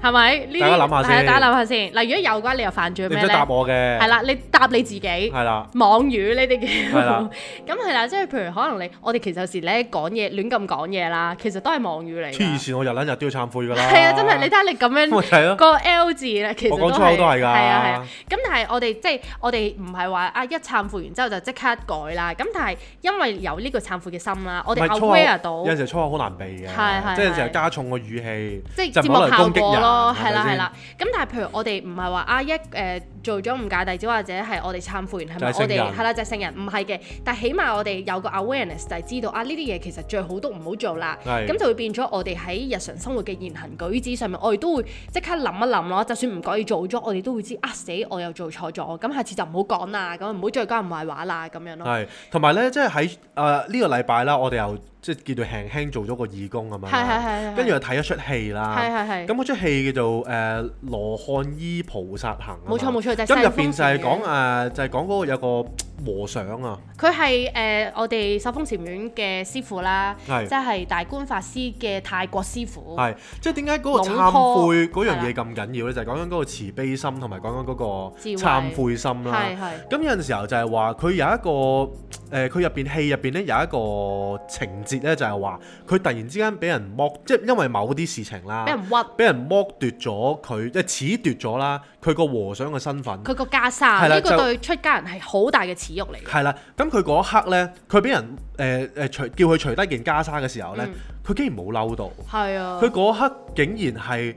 Speaker 2: 係咪？呢
Speaker 1: 大
Speaker 2: 啲
Speaker 1: 家諗下
Speaker 2: 係啊
Speaker 1: 先
Speaker 2: 大家諗下先。嗱，如果有嘅話，你又犯咗
Speaker 1: 你
Speaker 2: 咩
Speaker 1: 唔使答
Speaker 2: 咧？
Speaker 1: 我嘅，
Speaker 2: 係啦，你答你自己。
Speaker 1: 係啦，
Speaker 2: 網語呢啲
Speaker 1: 係啦
Speaker 2: 叫，咁係啦，即係譬如可能你，我哋其實有時咧講嘢亂咁講嘢啦，其實都係網語嚟
Speaker 1: 黐
Speaker 2: 㗎。
Speaker 1: 線，我日撚日都要懺悔㗎啦。
Speaker 2: 係啊，真係你睇下你 咁
Speaker 1: 咪
Speaker 2: 樣
Speaker 1: 係咯，
Speaker 2: 個 L 字咧，其實
Speaker 1: 我
Speaker 2: 都
Speaker 1: 講粗口都係㗎。
Speaker 2: 係啊係啊。咁但係我哋即係我哋唔係話啊一懺悔完之後就即刻改啦，咁但係因為有呢個懺悔嘅心啦，我
Speaker 1: 唔
Speaker 2: 哋
Speaker 1: 係粗口
Speaker 2: aware 到
Speaker 1: 有陣時粗口好難避嘅，
Speaker 2: 係係
Speaker 1: 即係有陣時
Speaker 2: 係
Speaker 1: 候加重個語氣，
Speaker 2: 即係
Speaker 1: 就
Speaker 2: 節
Speaker 1: 唔
Speaker 2: 目
Speaker 1: 可能
Speaker 2: 效
Speaker 1: 攻擊
Speaker 2: 果
Speaker 1: 人啊
Speaker 2: 咯，
Speaker 1: 係
Speaker 2: 係啦
Speaker 1: 咪
Speaker 2: 係
Speaker 1: 先
Speaker 2: 啦。咁但係譬如我哋唔係話啊一誒、呃做咗五戒弟子或者係我哋懺悔完係咪
Speaker 1: 就係聖
Speaker 2: 我哋
Speaker 1: 人
Speaker 2: 係啦就係聖人唔係嘅，但係起碼我哋有個 awareness 就係知道啊呢啲嘢其實最好都唔好做啦。
Speaker 1: 係
Speaker 2: 咁就會變咗我哋喺日常生活嘅言行舉止上面，我哋都會即刻諗一諗咯。就算唔覺意做咗，我哋都會知啊死我又做錯咗，咁下次就唔好講啦，咁唔好再講人壞話啦咁樣咯。
Speaker 1: 係同埋咧，即係喺誒呢個禮拜啦，我哋又即係叫做輕輕做咗個義工咁樣
Speaker 2: 係係
Speaker 1: 啦，
Speaker 2: 係係。
Speaker 1: 跟住又睇一出戲
Speaker 2: 係
Speaker 1: 啦。
Speaker 2: 係係
Speaker 1: 咁。嗰出戲叫做誒《羅漢醫菩薩行》啊嘛。
Speaker 2: 冇錯冇錯，就係
Speaker 1: 咁入邊
Speaker 2: 西風
Speaker 1: 就係
Speaker 2: 嘅
Speaker 1: 講誒，就係講嗰個有個和尚啊，
Speaker 2: 佢係誒我哋手風禪院嘅師傅啦，即
Speaker 1: 係
Speaker 2: 係大觀法師嘅泰國師傅。
Speaker 1: 係即係點解嗰個
Speaker 2: 籠
Speaker 1: 懺悔
Speaker 2: 科
Speaker 1: 嗰樣嘢咁緊要咧？就係講緊嗰個慈悲心同埋講緊嗰個
Speaker 2: 智慧
Speaker 1: 懺悔心啦。
Speaker 2: 係係
Speaker 1: 咁有陣時候就係話佢有一個呃誒，佢入邊戲入邊咧有一個情節咧，就係話佢突然之間俾人剝，即係因為某啲事情啦
Speaker 2: 俾，人屈佢
Speaker 1: 俾人剝奪咗佢，即係褫奪咗啦佢個和尚嘅身份。
Speaker 2: 個袈
Speaker 1: 係
Speaker 2: 裟，
Speaker 1: 啦
Speaker 2: 呢個
Speaker 1: 就
Speaker 2: 對出家人係好大嘅恥辱嚟嘅。
Speaker 1: 係啦，咁佢嗰一刻咧，佢俾人誒誒除叫佢除低件袈裟嘅時候咧
Speaker 2: 嗯，
Speaker 1: 佢竟然冇嬲到，
Speaker 2: 係啊，
Speaker 1: 佢嗰一刻竟然係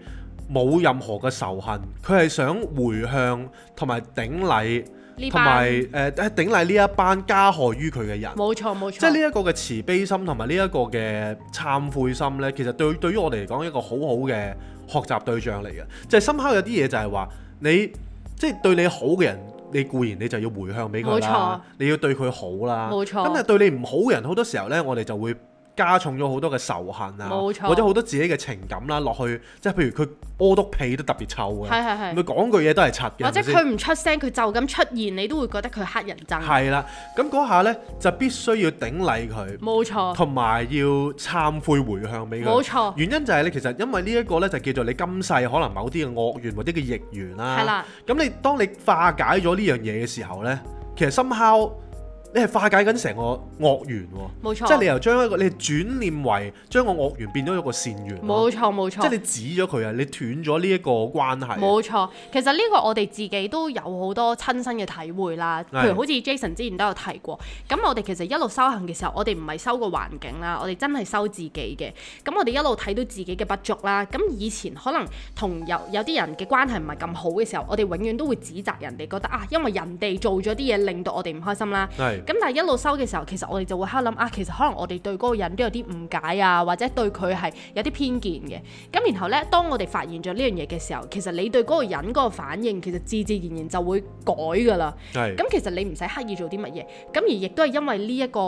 Speaker 1: 冇任何嘅仇恨，佢係想回向同埋頂禮，
Speaker 2: 呢
Speaker 1: 同埋誒
Speaker 2: 班
Speaker 1: 頂禮呢一班加害於佢嘅人。
Speaker 2: 冇錯冇錯，
Speaker 1: 即係呢一個嘅慈悲心同埋呢一個嘅懺悔心呢，其實對對於我哋嚟講一個好好嘅學習對象嚟嘅。就係深刻有啲嘢就係話你即係對你好嘅人，你固然你就要回向俾佢啦，你要對佢好啦。
Speaker 2: 冇錯
Speaker 1: 咁但係對你唔好嘅人，好多時候呢，我哋就會加重咗好多嘅仇恨啊，
Speaker 2: 冇錯
Speaker 1: 或者好多自己嘅情感啦落去。即係譬如佢屙督屁都特別臭嘅，
Speaker 2: 係係
Speaker 1: 佢
Speaker 2: 係，
Speaker 1: 講句嘢都係柒嘅，
Speaker 2: 或者
Speaker 1: 係咪先
Speaker 2: 佢唔出聲，佢就咁出現，你都會覺得佢黑人憎。
Speaker 1: 係啦。咁嗰下呢，就必須要頂禮佢。
Speaker 2: 冇錯，
Speaker 1: 同埋要懺悔回向俾佢。
Speaker 2: 哦冇錯
Speaker 1: 原因就係你其實因為呢一個咧就叫做你今世可能某啲嘅惡緣或者嘅逆緣啦。
Speaker 2: 係啦。
Speaker 1: 咁你當你化解咗呢樣嘢嘅時候咧，其實深敲你係化解緊成個惡緣喎，
Speaker 2: 冇錯，
Speaker 1: 即係你由將一個你係轉念為將個惡緣變咗一個善緣咯，
Speaker 2: 冇錯冇
Speaker 1: 即係
Speaker 2: 錯
Speaker 1: 你。指咗佢啊，你斷咗呢一個關係，啊
Speaker 2: 冇錯，其實呢個我哋自己都有好多親身嘅體會啦。
Speaker 1: 係
Speaker 2: 譬如好似 Jason 之前都有提過，咁我哋其實一路修行嘅時候，我哋唔係修個環境啦，我哋真係修自己嘅。咁我哋一路睇到自己嘅不足啦。咁以前可能同有有啲人嘅關係唔係咁好嘅時候，我哋永遠都會指責人哋，覺得啊，因為人哋做咗啲嘢令到我哋唔開心啦。
Speaker 1: 係
Speaker 2: 咁但係一路收嘅時候，其實我哋就會喺度諗啊，其實可能我哋對嗰個人都有啲誤解啊，或者對佢係有啲偏見嘅。咁然後呢，當我哋發現咗呢樣嘢嘅時候，其實你對嗰個人嗰個反應，其實自自然然就會改㗎啦。
Speaker 1: 係
Speaker 2: 咁其實你唔使刻意做啲乜嘢，咁而亦都係因為呢、一個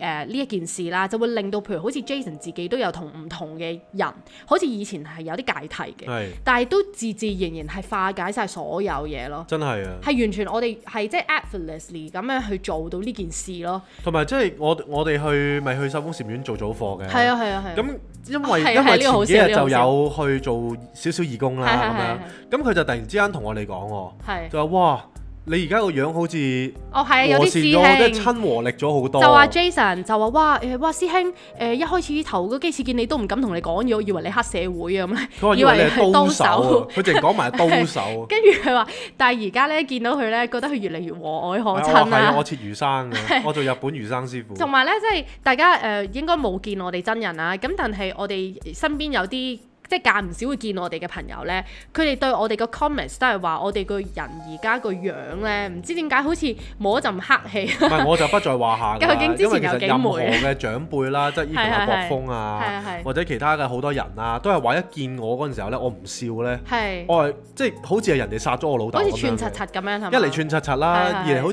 Speaker 2: 呃誒呢、一件事啦，就會令到譬如好似 Jason 自己都有同唔同嘅人，好似以前係有啲芥蒂嘅，
Speaker 1: 係
Speaker 2: 但係都自自然然係化解晒所有嘢咯。
Speaker 1: 真係啊。
Speaker 2: 係完全我哋係即係 effortlessly 咁樣去做到呢件事咯。
Speaker 1: 同埋即係我我哋去咪去秀峰禪院做早課嘅，
Speaker 2: 係啊係啊係啊。
Speaker 1: 咁因為
Speaker 2: 係啊
Speaker 1: 因
Speaker 2: 係
Speaker 1: 為
Speaker 2: 呢個好
Speaker 1: 前幾
Speaker 2: 笑
Speaker 1: 日
Speaker 2: 呢個
Speaker 1: 就
Speaker 2: 好笑
Speaker 1: 有去做少少義工
Speaker 2: 係
Speaker 1: 啦啊咁樣，咁佢就突然之間同我哋講喎。
Speaker 2: 係
Speaker 1: 就話哇，你而家個樣好似
Speaker 2: 哦係啊，有
Speaker 1: 和
Speaker 2: 啲
Speaker 1: 善咗好多，
Speaker 2: 師
Speaker 1: 即係
Speaker 2: 兄。
Speaker 1: 親和力咗好
Speaker 2: 就
Speaker 1: 多。
Speaker 2: 話 Jason 就話哇誒哇師兄誒、一開始頭嗰幾次見你都唔敢同你講嘢，我以為你黑社會啊咁咧，
Speaker 1: 佢話以
Speaker 2: 以為
Speaker 1: 為你係刀
Speaker 2: 係刀
Speaker 1: 手
Speaker 2: 手
Speaker 1: 啊，佢淨係講埋刀手啊。
Speaker 2: 跟住佢話，但係而家咧見到佢咧，覺得佢越嚟越和
Speaker 1: 我
Speaker 2: 藹可
Speaker 1: 話
Speaker 2: 親
Speaker 1: 係啊，
Speaker 2: 啦
Speaker 1: 我。切魚生 嘅，我做日本魚生師傅。
Speaker 2: 同埋咧，即係大家誒、呃應該冇見我哋真人啦，咁但係我哋身邊有啲即係間唔少會見我哋嘅朋友咧，佢哋對我哋個 comments 都係話我哋個人而家個樣咧，唔知點解好似冇一陣黑氣。
Speaker 1: 唔係我就不在話下㗎啦，
Speaker 2: 究竟之前
Speaker 1: 因為其
Speaker 2: 有
Speaker 1: 實
Speaker 2: 幾
Speaker 1: 任何
Speaker 2: 霉啊
Speaker 1: 嘅長輩 啦，即係 even 阿
Speaker 2: 係係
Speaker 1: 國風
Speaker 2: 係
Speaker 1: 啊
Speaker 2: 啊，係
Speaker 1: 或者其他嘅好多人啊，都係話一見我嗰陣時候咧，我唔笑咧，
Speaker 2: 係。
Speaker 1: 我係即係好似係人哋殺咗我老豆
Speaker 2: 好似
Speaker 1: 咁樣
Speaker 2: 串柒
Speaker 1: 嘅。
Speaker 2: 柒咁樣係嘛？
Speaker 1: 一嚟串柒柒啦，
Speaker 2: 係係
Speaker 1: 二嚟好似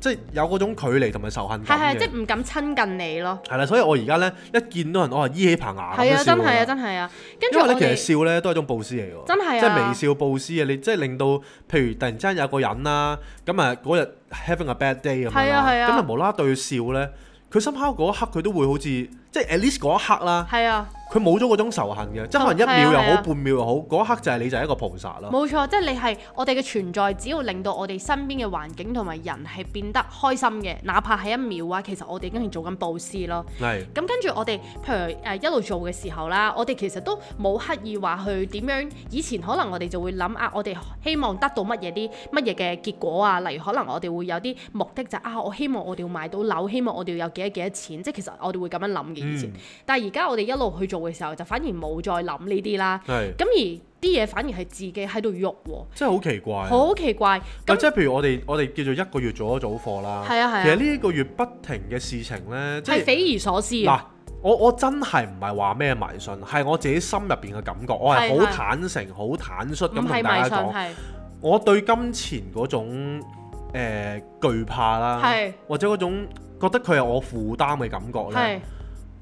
Speaker 1: 即係有嗰種距離同埋仇恨
Speaker 2: 係
Speaker 1: 感
Speaker 2: 係，即
Speaker 1: 嘅。
Speaker 2: 係唔敢親近你咯。
Speaker 1: 係啦，所以我而家咧一見到人，我係依起棚牙咁
Speaker 2: 係
Speaker 1: 樣
Speaker 2: 啊，
Speaker 1: 笑
Speaker 2: 真
Speaker 1: 㗎
Speaker 2: 係
Speaker 1: 啦
Speaker 2: 啊，真係啊。跟住
Speaker 1: 因
Speaker 2: 我
Speaker 1: 為咧，
Speaker 2: 哋
Speaker 1: 其實笑咧都係一種佈施嚟㗎喎，
Speaker 2: 真係啊
Speaker 1: 即係微笑佈施啊！你即係令到，譬如突然之間有個人啦，咁啊嗰日 having a bad day 咁樣
Speaker 2: 係啊係
Speaker 1: 啦，
Speaker 2: 啊
Speaker 1: 咁啊無啦啦對佢笑咧，佢深刻嗰一刻佢都會好似即係 at least 嗰一刻啦，
Speaker 2: 係啊，
Speaker 1: 佢冇咗嗰種仇恨嘅，即係可能一
Speaker 2: 係啊
Speaker 1: 秒又
Speaker 2: 係
Speaker 1: 好，
Speaker 2: 啊
Speaker 1: 半秒又好，嗰一刻就係你就係一個菩薩咯，
Speaker 2: 冇錯，即係你係我哋嘅存在，只要令到我哋身邊嘅環境同埋人係變得開心嘅，哪怕係一秒啊，其實我哋已經係做緊佈施咯。
Speaker 1: 係
Speaker 2: 咁跟住我哋，譬如誒、一路做嘅時候啦，我哋其實都冇刻意話去點樣。以前可能我哋就會諗啊，我哋希望得到乜嘢啲乜嘢嘅結果啊，例如可能我哋會有啲目的就係啊，我希望我哋要買到樓，希望我哋要有幾多幾多錢，即係其實我哋會咁樣諗嘅以前。
Speaker 1: 嗯
Speaker 2: 但係而家我哋一路去做嘅時候，就反而冇再諗呢啲啦。
Speaker 1: 係，
Speaker 2: 咁而啲嘢反而係自己喺度喐喎，
Speaker 1: 真係好奇怪啊。
Speaker 2: 好奇怪。
Speaker 1: 嗱，
Speaker 2: 咁
Speaker 1: 即係譬如我哋我哋叫做一個月做咗早課啦，
Speaker 2: 係啊係啊
Speaker 1: 其實呢一個月不停嘅事情咧，即
Speaker 2: 係
Speaker 1: 係。
Speaker 2: 匪夷所思
Speaker 1: 嗱
Speaker 2: 啊！，
Speaker 1: 我我真係唔係話咩迷信，係我自己心入邊嘅感覺，我係
Speaker 2: 係
Speaker 1: 好
Speaker 2: 係
Speaker 1: 坦誠、好坦率咁
Speaker 2: 唔
Speaker 1: 同
Speaker 2: 係
Speaker 1: 大家
Speaker 2: 迷信，
Speaker 1: 講，
Speaker 2: 係
Speaker 1: 我對金錢嗰種誒、呃、懼怕啦，
Speaker 2: 係
Speaker 1: 或者嗰種覺得佢係我負擔嘅感覺咧，
Speaker 2: 係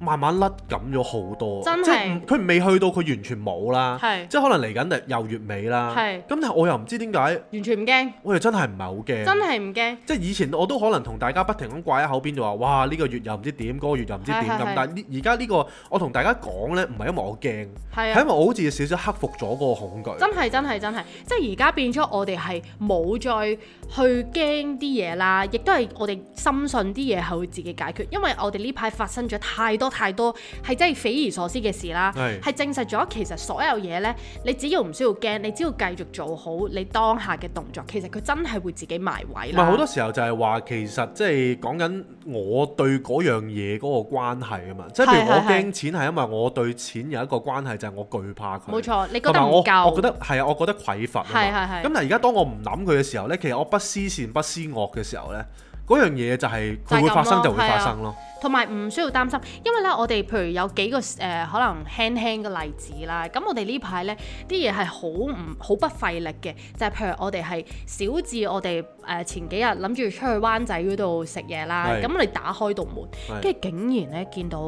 Speaker 1: 慢慢甩減咗好多，
Speaker 2: 真係
Speaker 1: 即係唔佢未去到佢完全冇啦，
Speaker 2: 係
Speaker 1: 即係可能嚟緊又月尾啦，
Speaker 2: 係
Speaker 1: 咁但係我又唔知點解，
Speaker 2: 完全唔驚，
Speaker 1: 我又真係唔係好
Speaker 2: 真
Speaker 1: 驚。
Speaker 2: 係唔驚。
Speaker 1: 即係以前我都可能同大家不停咁掛喺口邊就話，哇呢、個月又唔知點，嗰、個月又唔知點
Speaker 2: 係係
Speaker 1: 咁。
Speaker 2: 係
Speaker 1: 但係呢而家呢個我同大家講呢，唔係因為我驚，
Speaker 2: 係
Speaker 1: 係
Speaker 2: 啊
Speaker 1: 因為，我好似少少克服咗嗰個恐懼。
Speaker 2: 真係真係真係，即係而家變咗我哋係冇再去驚啲嘢啦，亦都係我哋深信啲嘢係會自己解決，因為我哋呢排發生咗太多太多係真係匪夷所思嘅事啦，
Speaker 1: 係
Speaker 2: 係證實咗其實所有嘢呢，你只要唔需要驚，你只要繼續做好你當下嘅動作，其實佢真係會自己埋位
Speaker 1: 唔
Speaker 2: 啦。
Speaker 1: 係好多時候就係話其實即係講緊我對嗰樣嘢嗰個關係啊嘛。即係譬如
Speaker 2: 係
Speaker 1: 我
Speaker 2: 係係
Speaker 1: 驚錢係因為我對錢有一個關係，就係我懼怕佢。
Speaker 2: 冇錯，你覺
Speaker 1: 同
Speaker 2: 得
Speaker 1: 埋
Speaker 2: 唔
Speaker 1: 我我覺
Speaker 2: 夠，
Speaker 1: 得係啊，我覺得匱乏啊嘛。
Speaker 2: 係係係
Speaker 1: 咁但係而家當我唔諗佢嘅時候呢，其實我不思善不思惡嘅時候呢，嗰樣嘢就係佢會發生就
Speaker 2: 就係咁咯
Speaker 1: 會發生咯。
Speaker 2: 同埋唔需要擔心，因為咧我哋譬如有幾個誒、呃可能輕輕嘅例子啦，咁我哋呢排呢啲嘢係好唔好不費力嘅，就係、譬如我哋係小至我哋誒、呃前幾日諗住出去灣仔嗰度食嘢啦，
Speaker 1: 係
Speaker 2: 咁我哋打開道門，
Speaker 1: 係
Speaker 2: 跟住竟然呢見到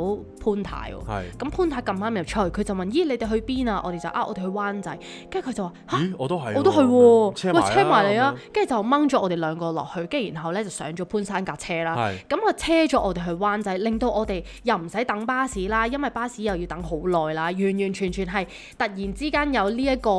Speaker 2: 潘太喎、
Speaker 1: 係。
Speaker 2: 咁潘太咁啱又出去，佢就問：咦，你哋去邊啊？我哋就啊，我哋去灣仔。跟住佢就話：嚇，
Speaker 1: 咦，我都係，
Speaker 2: 我都去喎，
Speaker 1: 車
Speaker 2: 喂，
Speaker 1: 啦
Speaker 2: 車埋你啊
Speaker 1: 咁！
Speaker 2: 跟住就掹咗我哋兩個落去，跟住然後咧就上咗潘山架車啦。
Speaker 1: 係
Speaker 2: 咁啊，車咗我哋去灣仔，令到我哋又唔使等巴士啦，因為巴士又要等好耐啦，完完全全係突然之間有呢一個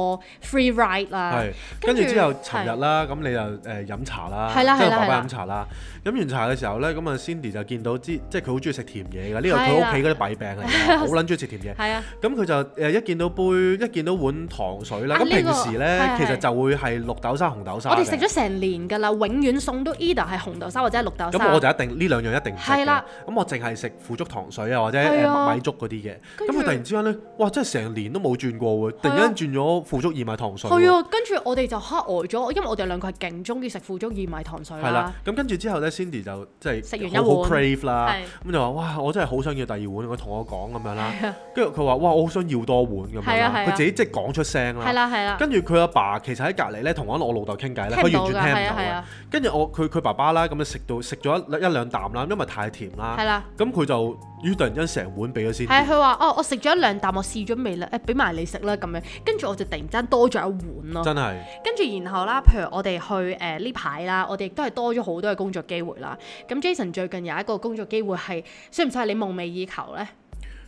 Speaker 2: free ride
Speaker 1: 樣
Speaker 2: 啦。
Speaker 1: 係。跟住
Speaker 2: 啊跟住
Speaker 1: 之後，尋日啦，咁你又誒飲飲茶啦，
Speaker 2: 係啦
Speaker 1: 即係同
Speaker 2: 係啦係
Speaker 1: 爸
Speaker 2: 啦
Speaker 1: 爸飲茶啦。飲完茶嘅時候咧，咁啊 Cindy 就見到之，即係佢好中意食甜嘢嘅，呢個佢
Speaker 2: 係啦
Speaker 1: 屋企嗰啲弊病嚟嘅，好撚中意食甜嘢。
Speaker 2: 係啊，
Speaker 1: 咁佢就誒一見到杯，一見到碗糖水啦。
Speaker 2: 啊
Speaker 1: 咁
Speaker 2: 呢
Speaker 1: 平
Speaker 2: 個
Speaker 1: 時咧
Speaker 2: 係，
Speaker 1: 其實
Speaker 2: 係
Speaker 1: 就會係綠豆沙、紅豆沙
Speaker 2: 我哋
Speaker 1: 嘅
Speaker 2: 食咗成年㗎啦，永遠餸都 either 係紅豆沙或者係綠豆沙。
Speaker 1: 咁我就一定呢兩樣一定唔食
Speaker 2: 係
Speaker 1: 嘅
Speaker 2: 啦，
Speaker 1: 咁我淨係食腐竹糖水啊，或者
Speaker 2: 係
Speaker 1: 誒
Speaker 2: 啊
Speaker 1: 麥米粥嗰啲嘅。咁
Speaker 2: 跟住
Speaker 1: 佢突然之間咧，哇！真係成年都冇轉過喎，突
Speaker 2: 係啊
Speaker 1: 然間轉咗腐竹薏米糖水
Speaker 2: 係
Speaker 1: 喎。
Speaker 2: 啊，跟住我哋就嚇呆咗，因為我哋兩個係勁中意食腐竹薏米糖水
Speaker 1: 係啦
Speaker 2: 啦，，
Speaker 1: 咁跟住之後咧，Cindy 就即
Speaker 2: 食完
Speaker 1: 係
Speaker 2: 一
Speaker 1: 好好
Speaker 2: 碗
Speaker 1: crave 啦
Speaker 2: 係，啊
Speaker 1: 咁就話哇，我真係好想要第二碗，佢同我講咁樣啦，跟住佢話哇，我好想要多碗咁樣
Speaker 2: 係啊
Speaker 1: 啦，
Speaker 2: 係啊
Speaker 1: 佢自己即係講出聲
Speaker 2: 係
Speaker 1: 啦。
Speaker 2: 啦係啦，
Speaker 1: 跟住佢阿爸其實喺隔離咧，同我我老豆傾偈咧，佢
Speaker 2: 聽唔到
Speaker 1: 完
Speaker 2: 㗎，
Speaker 1: 全聽唔
Speaker 2: 係啊
Speaker 1: 到
Speaker 2: 係
Speaker 1: 嘅
Speaker 2: 啊，
Speaker 1: 跟住我佢佢爸爸啦，咁啊就食到食咗一一兩啖啦，因為太甜啦
Speaker 2: 係，啦。
Speaker 1: 咁佢就於突然間成碗俾咗
Speaker 2: 係啊，
Speaker 1: Cindy。
Speaker 2: 佢話哦，我食咗一兩啖，我試咗味啦，誒，俾埋你食啦咁樣，跟住我就突然間多咗一碗咯。
Speaker 1: 真係
Speaker 2: 跟住然後啦，譬如我哋去誒呢排啦，我哋亦都係多咗好多嘅工作機會啦。咁 Jason 最近有一個工作機會係，算唔算係你夢寐以求呢？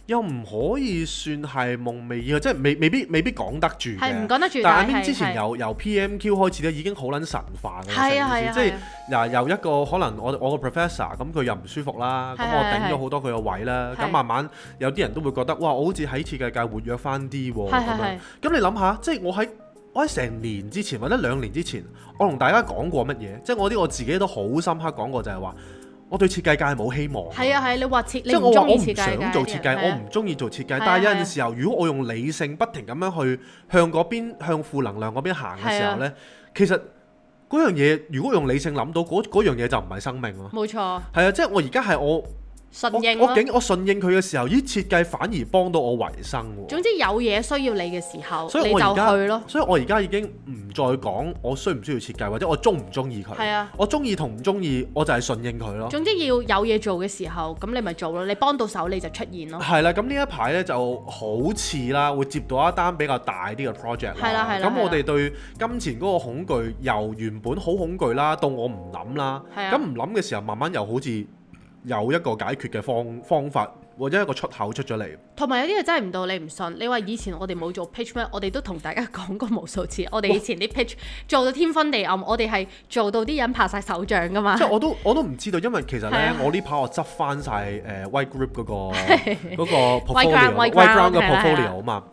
Speaker 1: 又唔可以算係夢寐以求，即係未未必未必講得住
Speaker 2: 係
Speaker 1: 嘅。
Speaker 2: 唔講得住，
Speaker 1: 但係
Speaker 2: 係
Speaker 1: I mean，之前
Speaker 2: 係
Speaker 1: 由由 PMQ 開始咧，已經好撚神化嘅成
Speaker 2: 係啊係
Speaker 1: 件事，
Speaker 2: 啊，
Speaker 1: 即係
Speaker 2: 係啊
Speaker 1: 嗱，由一個可能我我個 professor 咁佢又唔舒服啦，咁
Speaker 2: 係
Speaker 1: 我
Speaker 2: 係
Speaker 1: 頂
Speaker 2: 係
Speaker 1: 咗好多佢個位啦，
Speaker 2: 係
Speaker 1: 咁慢慢有啲人都會覺得哇，我好似喺設計界活躍翻啲喎
Speaker 2: 係啊
Speaker 1: 咁樣
Speaker 2: 係係。
Speaker 1: 咁你諗下，即係我喺我喺成年之前或者兩年之前，我同大家講過乜嘢？即係我啲我自己都好深刻講過，就係話我對設計界係冇希望。
Speaker 2: 係啊係，你話設
Speaker 1: 即
Speaker 2: 你
Speaker 1: 係我話
Speaker 2: 唔中
Speaker 1: 我
Speaker 2: 意
Speaker 1: 唔
Speaker 2: 設計
Speaker 1: 想
Speaker 2: 㗎
Speaker 1: 做設計，
Speaker 2: 係
Speaker 1: 我
Speaker 2: 啊
Speaker 1: 唔中意做設計。
Speaker 2: 係啊
Speaker 1: 但係有
Speaker 2: 係
Speaker 1: 陣
Speaker 2: 啊
Speaker 1: 時候，如果我用理性不停咁樣去向嗰邊向負能量嗰邊行嘅時候
Speaker 2: 啊
Speaker 1: 呢，其實嗰樣嘢如果用理性諗到，嗰嗰樣嘢就唔係生命咯。
Speaker 2: 冇錯，
Speaker 1: 係啊，即係我而家係我我
Speaker 2: 順應
Speaker 1: 我
Speaker 2: 咯。
Speaker 1: 竟我順應佢嘅時候，咦設計反而幫到我維生喎。
Speaker 2: 總之有嘢需要你嘅時候，
Speaker 1: 所以
Speaker 2: 你
Speaker 1: 我
Speaker 2: 就
Speaker 1: 而家
Speaker 2: 去咯。
Speaker 1: 所以我而家已經唔再講我需唔需要設計，或者我中唔中意
Speaker 2: 係
Speaker 1: 佢。
Speaker 2: 啊，
Speaker 1: 我中意同唔中意，我就係順應佢咯。
Speaker 2: 總之要有嘢做嘅時候，咁你咪做咯。你幫到手你就出現咯。
Speaker 1: 係啦，咁呢一排咧就好似啦，會接到一單比較大啲嘅 project
Speaker 2: 係啦係啦
Speaker 1: 咁我哋對金錢嗰個恐懼，由原本好恐懼啦，到我唔諗啦，
Speaker 2: 係啊
Speaker 1: 咁唔諗嘅時候，慢慢又好似有一個解決嘅方方法，或者一個出口出咗嚟。
Speaker 2: 同埋有啲嘢真係唔到你唔信。你話以前我哋冇做 pitch 咩？我哋都同大家講過無 數次，我哋以前啲 pitch 做到天昏地暗，我哋係做到啲人拍晒手掌噶嘛
Speaker 1: 即。係我都我都唔知道，因為其實
Speaker 2: 係
Speaker 1: 咧
Speaker 2: 啊，
Speaker 1: 我呢排我執翻晒誒 White Group 嗰個嗰個 portfolio Ground 嘅
Speaker 2: White Ground，White Ground，係啦係啦
Speaker 1: portfolio 啊嘛，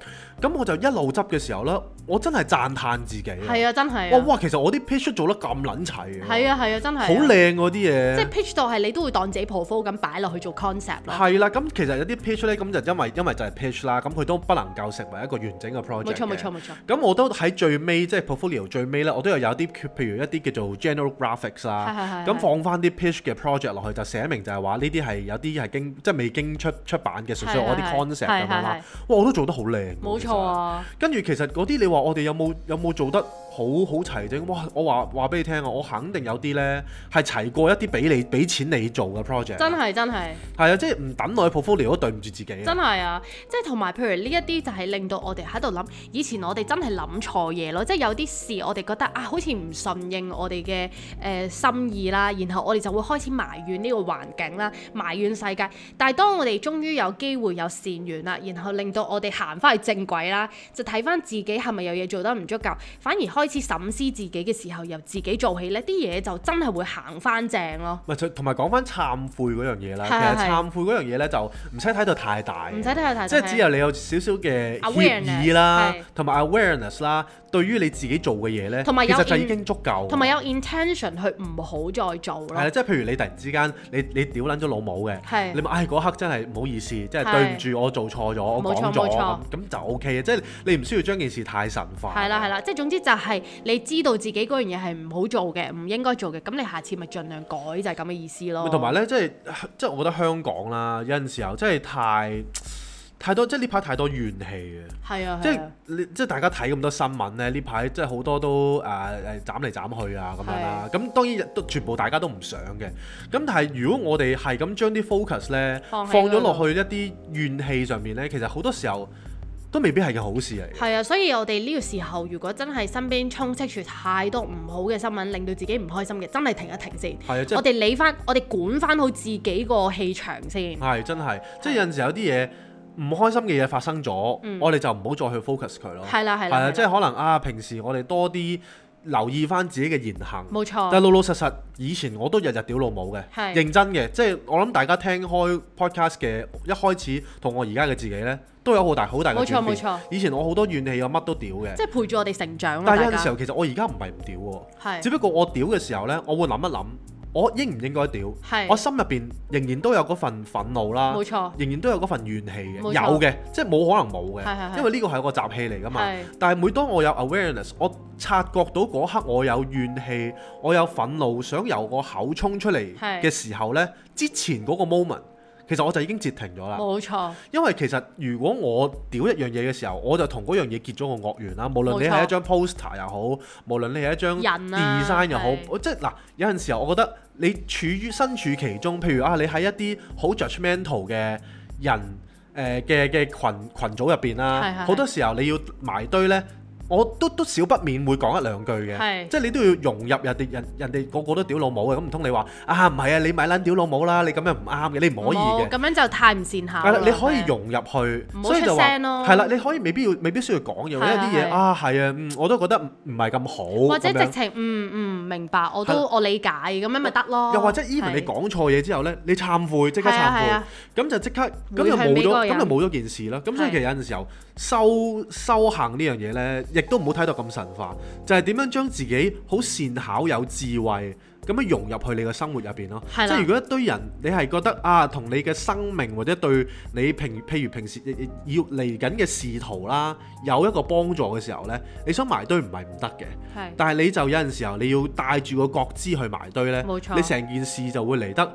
Speaker 1: 咁我就一路執嘅時候咧，我真係讚歎自己啊。
Speaker 2: 係啊，真係
Speaker 1: 哇
Speaker 2: 啊，
Speaker 1: 哇，其實我啲 pitch 做得咁撚齊嘅。
Speaker 2: 係啊，係啊，真係啊。
Speaker 1: 好靚嗰啲
Speaker 2: 即係
Speaker 1: 嘢。
Speaker 2: pitch 到係你都會當自己 p r o f i 咁擺落去做 concept 咯。
Speaker 1: 係啦，咁其實有啲 pitch 咧，咁就因為因為就係 pitch 啦，咁佢都不能夠成為一個完整嘅 project
Speaker 2: 冇錯冇錯
Speaker 1: 嘅。
Speaker 2: 冇錯，
Speaker 1: 咁我都喺最尾，即係 portfolio 最尾咧，我都有有啲譬如一啲叫做 general graphics
Speaker 2: 係
Speaker 1: 啦，
Speaker 2: 係係。
Speaker 1: 咁
Speaker 2: 係
Speaker 1: 放翻啲 pitch 嘅 project 落去，就寫明就係話呢啲係有啲係經即係未經出出版嘅，純粹我啲
Speaker 2: 係係
Speaker 1: concept 咁
Speaker 2: 係
Speaker 1: 樣
Speaker 2: 係
Speaker 1: 啦哇，
Speaker 2: 係。
Speaker 1: 我都做得好靚。
Speaker 2: 冇
Speaker 1: 其
Speaker 2: 錯
Speaker 1: 實
Speaker 2: 啊，
Speaker 1: 跟住其實嗰啲你話我哋有冇有冇做得好好齊整？哇！我話話俾你聽啊，我肯定有啲呢係齊過一啲俾你俾錢你做嘅 project。
Speaker 2: 真係真係。
Speaker 1: 係啊，即係唔等我去 portfolio 都對唔住自己啊。
Speaker 2: 真係啊！即係同埋，譬如呢一啲就係令到我哋喺度諗，以前我哋真係諗錯嘢咯。即係有啲事我哋覺得啊，好似唔順應我哋嘅誒心意啦，然後我哋就會開始埋怨呢個環境啦，埋怨世界。但係當我哋終於有機會有善緣啦，然後令到我哋行翻去正軌啦，就睇翻自己係咪有嘢做得唔足夠，反而開始審視自己嘅時候，由自己做起呢啲嘢就真係會行翻正咯。
Speaker 1: 咪就同埋講翻懺悔嗰樣嘢啦，
Speaker 2: 係
Speaker 1: 其實
Speaker 2: 係
Speaker 1: 懺悔嗰樣嘢呢，就唔使睇到太大嘅，
Speaker 2: 唔使睇下睇，
Speaker 1: 即係只有你有少少嘅協
Speaker 2: 啊 Awareness，
Speaker 1: 議啦
Speaker 2: 係，
Speaker 1: 同埋 awareness 啦，對於你自己做嘅嘢呢，
Speaker 2: 同埋
Speaker 1: 其
Speaker 2: 有
Speaker 1: 實就
Speaker 2: in-
Speaker 1: 已經足夠。
Speaker 2: 同埋有 intention 去唔好再做咯。
Speaker 1: 係啦，即係譬如你突然之間你你屌撚咗老母嘅。
Speaker 2: 係
Speaker 1: 你咪唉嗰刻真係唔好意思，即係
Speaker 2: 係
Speaker 1: 對唔住我做錯咗，我
Speaker 2: 冇
Speaker 1: 講咗
Speaker 2: 錯冇錯
Speaker 1: 咁咁就 O K 嘅，即係你唔需要將件事太神化。
Speaker 2: 係啦係啦，即係總之就係你知道自己嗰樣嘢係唔好做嘅，唔應該做嘅，咁你下次咪盡量改就係咁嘅意思咯。
Speaker 1: 同埋咧，即係即係我覺得香港啦，有陣時候真係太太多，即係呢排太多怨氣嘅。
Speaker 2: 係啊，
Speaker 1: 即
Speaker 2: 係
Speaker 1: 係
Speaker 2: 啊
Speaker 1: 你即係大家睇咁多新聞咧，呢排即係好多都誒誒、呃斬嚟斬去啊咁樣啦。咁當然都全部大家都唔想嘅。咁但係如果我哋係咁將啲 focus 咧放
Speaker 2: 放喺
Speaker 1: 咗落
Speaker 2: 嗰度
Speaker 1: 去一啲怨氣上面咧，其實好多時候都未必係件好事嚟嘅。
Speaker 2: 係啊，所以我哋呢個時候如果真係身邊充斥住太多唔好嘅新聞，令到自己唔開心嘅，真係停一停先。
Speaker 1: 係啊，即係
Speaker 2: 我哋理翻，我哋管翻好自己個氣場先。
Speaker 1: 係真係，即係有陣時有啲嘢唔開心嘅嘢發生咗，我哋就唔好再去 focus 佢咯。
Speaker 2: 嗯係啦係
Speaker 1: 係
Speaker 2: 啦係
Speaker 1: 啊，
Speaker 2: 啦，
Speaker 1: 即係可能啊，平時我哋多啲留意翻自己嘅言行。
Speaker 2: 冇
Speaker 1: 但係
Speaker 2: 錯，
Speaker 1: 老老實實，以前我都日日屌老母嘅，
Speaker 2: 係
Speaker 1: 認真嘅，即係我諗大家聽開 podcast 嘅，一開始同我而家嘅自己呢，都有好大好大嘅
Speaker 2: 冇錯
Speaker 1: 轉
Speaker 2: 冇
Speaker 1: 變。
Speaker 2: 錯，
Speaker 1: 以前我好多怨氣，我乜都屌嘅，
Speaker 2: 即係陪住我哋成長啦，
Speaker 1: 但係
Speaker 2: 大
Speaker 1: 有陣時
Speaker 2: 家
Speaker 1: 候其實我而家唔係唔屌喎，只
Speaker 2: 係
Speaker 1: 不過我屌嘅時候呢，我會諗一諗，我應唔應該屌？我
Speaker 2: 係
Speaker 1: 心入邊仍然都有嗰份憤怒啦，
Speaker 2: 冇錯，
Speaker 1: 仍然都有嗰份怨氣嘅，
Speaker 2: 冇錯
Speaker 1: 有嘅，即係冇可能冇
Speaker 2: 係係
Speaker 1: 嘅，
Speaker 2: 係
Speaker 1: 因為呢個係個習氣嚟噶嘛。
Speaker 2: 係
Speaker 1: 但係每當我有 awareness，我察覺到嗰刻我有怨氣，我有憤怒，想由我口衝出嚟
Speaker 2: 係
Speaker 1: 嘅時候呢，之前嗰個 moment，其實我就已經截停咗啦。
Speaker 2: 冇錯，
Speaker 1: 因為其實如果我屌一樣嘢嘅時候，我就同嗰樣嘢結咗個惡緣啦。無論你
Speaker 2: 冇錯
Speaker 1: 係一張 poster 又好，無論你係一張
Speaker 2: 人啊
Speaker 1: design 又好
Speaker 2: 係，
Speaker 1: 我即係嗱有陣時候，我覺得你處於身處其中，譬如啊，你喺一啲好 judgmental 嘅人誒嘅嘅群群組入邊
Speaker 2: 係
Speaker 1: 啦
Speaker 2: 係，
Speaker 1: 好多時候你要埋堆呢，我都都少不免會講一兩句嘅，
Speaker 2: 係
Speaker 1: 即係你都要融入人哋人人哋個個都屌老母嘅，咁唔通你話啊唔係啊，你咪撚屌老母啦，你咁樣唔啱嘅，你唔可以嘅
Speaker 2: 冇。咁樣就太唔善巧
Speaker 1: 係啦
Speaker 2: 啦，，
Speaker 1: 你可以
Speaker 2: 係
Speaker 1: 融入去，
Speaker 2: 唔好
Speaker 1: 所以就話
Speaker 2: 出聲咯
Speaker 1: 係啦，你可以未必要，未必需要講嘢，因為
Speaker 2: 係
Speaker 1: 有啲
Speaker 2: 係
Speaker 1: 嘢
Speaker 2: 係
Speaker 1: 啊係啊，嗯，我都覺得唔唔係咁好
Speaker 2: 或者
Speaker 1: 咁
Speaker 2: 直
Speaker 1: 樣。
Speaker 2: 情唔唔明白，我
Speaker 1: 係
Speaker 2: 都我理解咁樣咪得咯。
Speaker 1: 又或者 even 你
Speaker 2: 係
Speaker 1: 講錯嘢之後咧，你懺悔，即刻
Speaker 2: 係啊係
Speaker 1: 懺
Speaker 2: 啊
Speaker 1: 悔，咁就即刻咁
Speaker 2: 回
Speaker 1: 就
Speaker 2: 向
Speaker 1: 冇
Speaker 2: 俾嗰個
Speaker 1: 咗，咁
Speaker 2: 人
Speaker 1: 就冇咗件事啦。咁所以
Speaker 2: 係
Speaker 1: 其實有陣時候修修行呢樣嘢咧，亦都唔好睇到咁神化，就係點樣將自己好善巧有智慧。咁樣融入去你嘅生活入邊咯，即
Speaker 2: 係啦
Speaker 1: 係如果一堆人你係覺得啊，同你嘅生命或者對你平譬如平時要嚟緊嘅仕途啦，有一個幫助嘅時候呢，你想埋堆唔係唔得嘅，
Speaker 2: 係
Speaker 1: 但係你就有陣時候你要帶住個覺知去埋堆呢，
Speaker 2: 冇錯
Speaker 1: 你成件事就會嚟得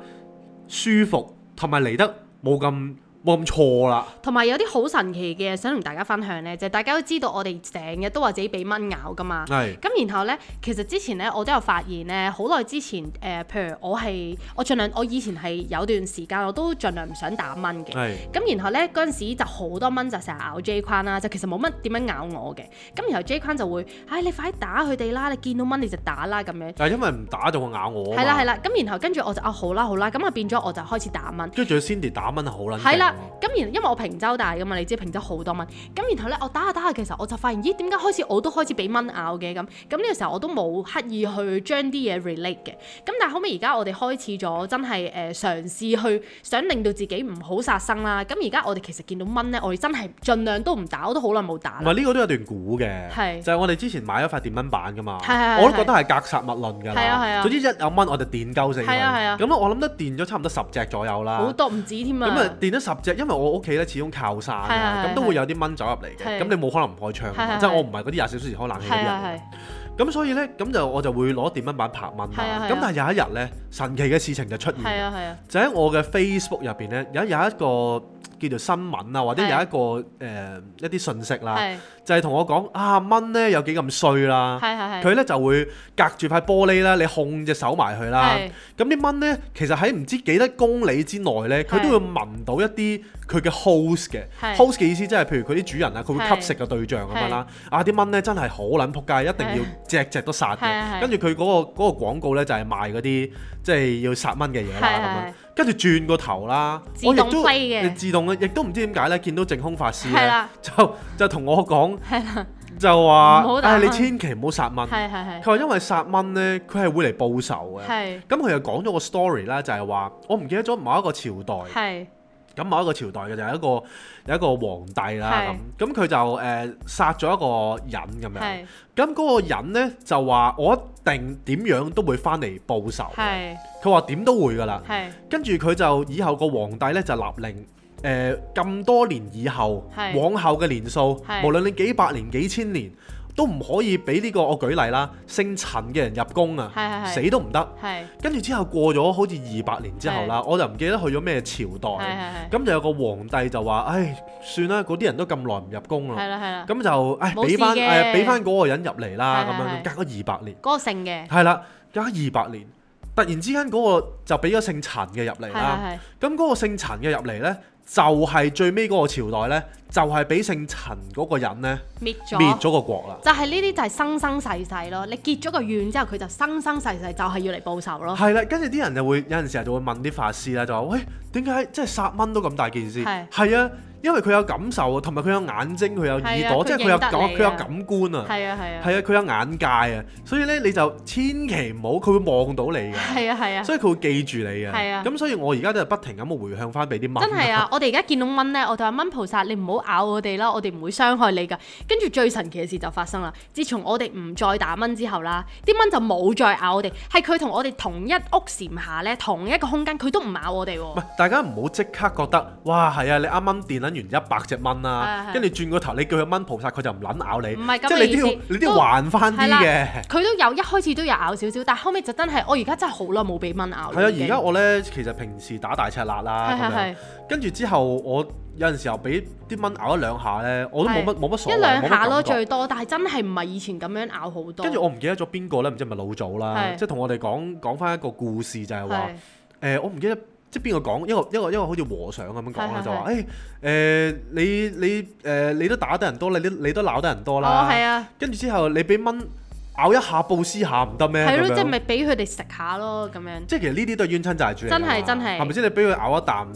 Speaker 1: 舒服，同埋嚟得冇咁冇咁錯啦。
Speaker 2: 同埋有啲好神奇嘅嘢想同大家分享呢，就係大家都知道我哋成日都話自己俾蚊咬噶嘛。
Speaker 1: 係
Speaker 2: 咁然後呢，其實之前呢，我都有發現呢，好耐之前誒、呃譬如我係我盡量，我以前係有段時間我都盡量唔想打蚊嘅。
Speaker 1: 係
Speaker 2: 咁然後咧嗰陣時就好多蚊就成日咬 J 框啦，就其實冇乜點樣咬我嘅。咁然後 J 框就會，唉、你快啲打佢哋啦！你見到蚊你就打啦咁樣。
Speaker 1: 但係因為唔打就會咬我啊
Speaker 2: 係啦
Speaker 1: 嘛
Speaker 2: 係啦，咁然後跟住我就啊好啦好啦，咁啊變咗我就開始打蚊。
Speaker 1: 跟住仲要 Cindy 打蚊好撚勁喎
Speaker 2: 係啦，咁然因為我平洲大噶嘛，你知平洲好多蚊，咁然後咧我打下打下嘅時候，我就發現咦點解開始我都開始俾蚊咬嘅咁，咁呢個時候我都冇刻意去將啲嘢 relate 嘅，咁但係後尾而家我哋開始咗真係誒、呃、嘗試去想令到自己唔好殺生啦，咁而家我哋其實見到蚊咧，我哋真係盡量都唔打，我都好耐冇打
Speaker 1: 唔
Speaker 2: 啦，
Speaker 1: 係呢個都有段估嘅，
Speaker 2: 係
Speaker 1: 就係我哋之前買咗塊電蚊板噶嘛
Speaker 2: 係係，係
Speaker 1: 我都覺得係格殺勿論㗎
Speaker 2: 係啊係
Speaker 1: 啦。
Speaker 2: 啊
Speaker 1: 總之一有蚊我就電鳩死佢。
Speaker 2: 係啊係啊
Speaker 1: 咁我諗都電咗差唔多十隻左右啦。
Speaker 2: 好多唔止添
Speaker 1: 咁啊
Speaker 2: 啊，
Speaker 1: 電咗十隻，因為我屋企咧始終靠山
Speaker 2: 係
Speaker 1: 啊，
Speaker 2: 係係
Speaker 1: 咁都會有啲蚊走入嚟嘅。
Speaker 2: 係
Speaker 1: 咁你冇可能唔開窗㗎嘛，
Speaker 2: 係係
Speaker 1: 即係我唔係嗰啲廿四小時開冷氣嗰啲
Speaker 2: 係
Speaker 1: 人
Speaker 2: 啊
Speaker 1: 嚟嘅。
Speaker 2: 係，
Speaker 1: 咁所以咧，咁就我就會攞電蚊板拍蚊
Speaker 2: 係啊
Speaker 1: 啦。
Speaker 2: 係啊
Speaker 1: 咁但係有一日咧，神奇嘅事情就出現
Speaker 2: 係
Speaker 1: 啦，
Speaker 2: 啊係啊，
Speaker 1: 就喺我嘅 Facebook 入邊咧，有有一個叫做新聞啊，或者有
Speaker 2: 係
Speaker 1: 一個誒一啲信息啦。
Speaker 2: 係
Speaker 1: 就係同我講啊蚊咧有幾咁衰啦，
Speaker 2: 係係係，
Speaker 1: 佢咧就會隔住塊玻璃啦，你控隻手埋佢啦。
Speaker 2: 係
Speaker 1: 咁啲蚊咧，其實喺唔知幾多公里之內咧，佢
Speaker 2: 係
Speaker 1: 都會聞到一啲佢嘅 host 嘅
Speaker 2: 係
Speaker 1: host 嘅意思，即係譬如佢啲主人啊，佢會吸食嘅對象咁樣啦。啊啲蚊咧真係好撚撲街，一定要
Speaker 2: 係
Speaker 1: 隻隻都殺
Speaker 2: 係係
Speaker 1: 嘅。
Speaker 2: 係
Speaker 1: 跟住佢嗰個嗰個廣告咧就係賣嗰啲即係要殺蚊嘅嘢啦
Speaker 2: 係係係
Speaker 1: 咁樣。跟住轉個頭啦，
Speaker 2: 自
Speaker 1: 我亦
Speaker 2: 動
Speaker 1: 都
Speaker 2: play 嘅
Speaker 1: 你自動嘅，亦都唔知點解咧，見到淨空法師
Speaker 2: 係
Speaker 1: 咧
Speaker 2: 啦，
Speaker 1: 就就同我講。就話
Speaker 2: 唔好打
Speaker 1: 唉，你
Speaker 2: 蚊
Speaker 1: 千祈唔好殺蚊。
Speaker 2: 係係
Speaker 1: 佢話因為殺蚊呢，佢係會嚟報仇
Speaker 2: 係
Speaker 1: 嘅。
Speaker 2: 係
Speaker 1: 咁佢又講咗個 story 啦，就係話我唔記得咗某一個朝代，
Speaker 2: 係
Speaker 1: 咁某一個朝代嘅就有一個有一個皇帝啦咁，咁佢就誒、呃、殺咗一個人咁樣，
Speaker 2: 係
Speaker 1: 咁嗰個人呢，就話我一定點樣都會翻嚟報仇，
Speaker 2: 係
Speaker 1: 佢話點都會㗎啦，
Speaker 2: 係
Speaker 1: 跟住佢就以後個皇帝呢，就立令，誒咁、多年以後，
Speaker 2: 係
Speaker 1: 往後嘅年數，
Speaker 2: 係
Speaker 1: 無論你幾百年、幾千年，都唔可以俾呢、個我舉例啦，姓陳嘅人入宮啊，
Speaker 2: 係係係
Speaker 1: 死都唔得。
Speaker 2: 係。
Speaker 1: 跟住之後過咗好似二百年之後啦，我就唔記得去咗咩朝
Speaker 2: 係
Speaker 1: 代，
Speaker 2: 係係，
Speaker 1: 咁就有個皇帝就話：，唉，算啦，嗰啲人都咁耐唔入宮啦，
Speaker 2: 係啦係啦，
Speaker 1: 咁就唉
Speaker 2: 冇
Speaker 1: 俾翻
Speaker 2: 事嘅
Speaker 1: 誒俾翻嗰個人入嚟啦，
Speaker 2: 係係
Speaker 1: 咁樣隔咗二百年。
Speaker 2: 嗰個姓嘅，
Speaker 1: 係啦，加二百年，突然之間嗰個就俾咗姓陳嘅入嚟
Speaker 2: 係
Speaker 1: 啦。
Speaker 2: 係
Speaker 1: 咁嗰個姓陳嘅入嚟呢，就係最尾嗰個朝代呢，就係俾姓陳嗰個人呢
Speaker 2: 滅咗，
Speaker 1: 滅咗個國啦。
Speaker 2: 就係呢啲就係生生世世咯。你結咗個怨之後，佢就生生世世就係要嚟報仇咯。
Speaker 1: 係啦，跟住啲人就會有陣時候就會問啲法師啦，就話：喂，點解即係殺蚊都咁大件事？
Speaker 2: 係
Speaker 1: 係啊，因為佢有感受啊，同埋佢有眼睛，佢有
Speaker 2: 係
Speaker 1: 耳
Speaker 2: 啊
Speaker 1: 朵，
Speaker 2: 佢
Speaker 1: 即係佢有
Speaker 2: 認得
Speaker 1: 感，
Speaker 2: 你啊
Speaker 1: 佢有感官啊。
Speaker 2: 係啊係啊，
Speaker 1: 係啊，佢有眼界啊，所以咧你就千祈唔好，佢會望到你嘅，
Speaker 2: 係啊係啊。
Speaker 1: 所以佢會記住你嘅。
Speaker 2: 係啊
Speaker 1: 咁所以我而家都係不停咁回向翻俾啲蚊。
Speaker 2: 真係！啊！我哋而家見到蚊咧，我就話蚊菩薩，你唔好咬我哋啦，我哋唔會傷害你噶。跟住最神奇嘅事就發生啦！自從我哋唔再打蚊之後啦，啲蚊就冇再咬我哋，係佢同我哋同一屋檐下咧，同一個空間，佢都唔咬我哋
Speaker 1: 唔
Speaker 2: 喎。
Speaker 1: 係，大家唔好即刻覺得，哇係啊！你啱啱電撚完一百隻蚊啦
Speaker 2: 係，係
Speaker 1: 跟住轉個頭你叫佢蚊菩薩，佢就唔撚咬你。
Speaker 2: 唔係咁
Speaker 1: 即
Speaker 2: 嘅
Speaker 1: 係
Speaker 2: 意
Speaker 1: 你
Speaker 2: 思
Speaker 1: 都要你都要
Speaker 2: 都
Speaker 1: 還翻啲
Speaker 2: 係啦
Speaker 1: 嘅。
Speaker 2: 佢都有一開始都有咬少少，但後尾就真係我而家真係好耐冇俾蚊咬啦。
Speaker 1: 係啊，
Speaker 2: 已經
Speaker 1: 而家我咧其實平時打大赤辣啦，
Speaker 2: 係
Speaker 1: 咁樣
Speaker 2: 係
Speaker 1: 跟住之後我有陣時候俾啲蚊咬一兩下咧，我都冇乜冇乜所謂，
Speaker 2: 係一兩下
Speaker 1: 冇
Speaker 2: 咯，
Speaker 1: 乜感覺
Speaker 2: 最多，但係真係唔係以前咁樣咬好多。
Speaker 1: 跟住我唔記得咗邊個咧，唔知係咪老祖啦，
Speaker 2: 係
Speaker 1: 即係同我哋講講翻一個故事就係話
Speaker 2: 係
Speaker 1: 誒，我唔記得。即係邊個講一個一個一個好似和尚咁樣講啦，
Speaker 2: 係係
Speaker 1: 就話誒誒你你誒、你都打得人多，你都你都鬧得人多啦。
Speaker 2: 哦係啊，
Speaker 1: 跟住之後你俾蚊咬一下布施下唔得咩？
Speaker 2: 係
Speaker 1: 咁
Speaker 2: 咯，
Speaker 1: 樣
Speaker 2: 即係咪俾佢哋食下咯咁樣。
Speaker 1: 即係其實呢啲都係冤親債主嚟㗎嘛
Speaker 2: 真係真係
Speaker 1: 係咪先？你俾佢咬一啖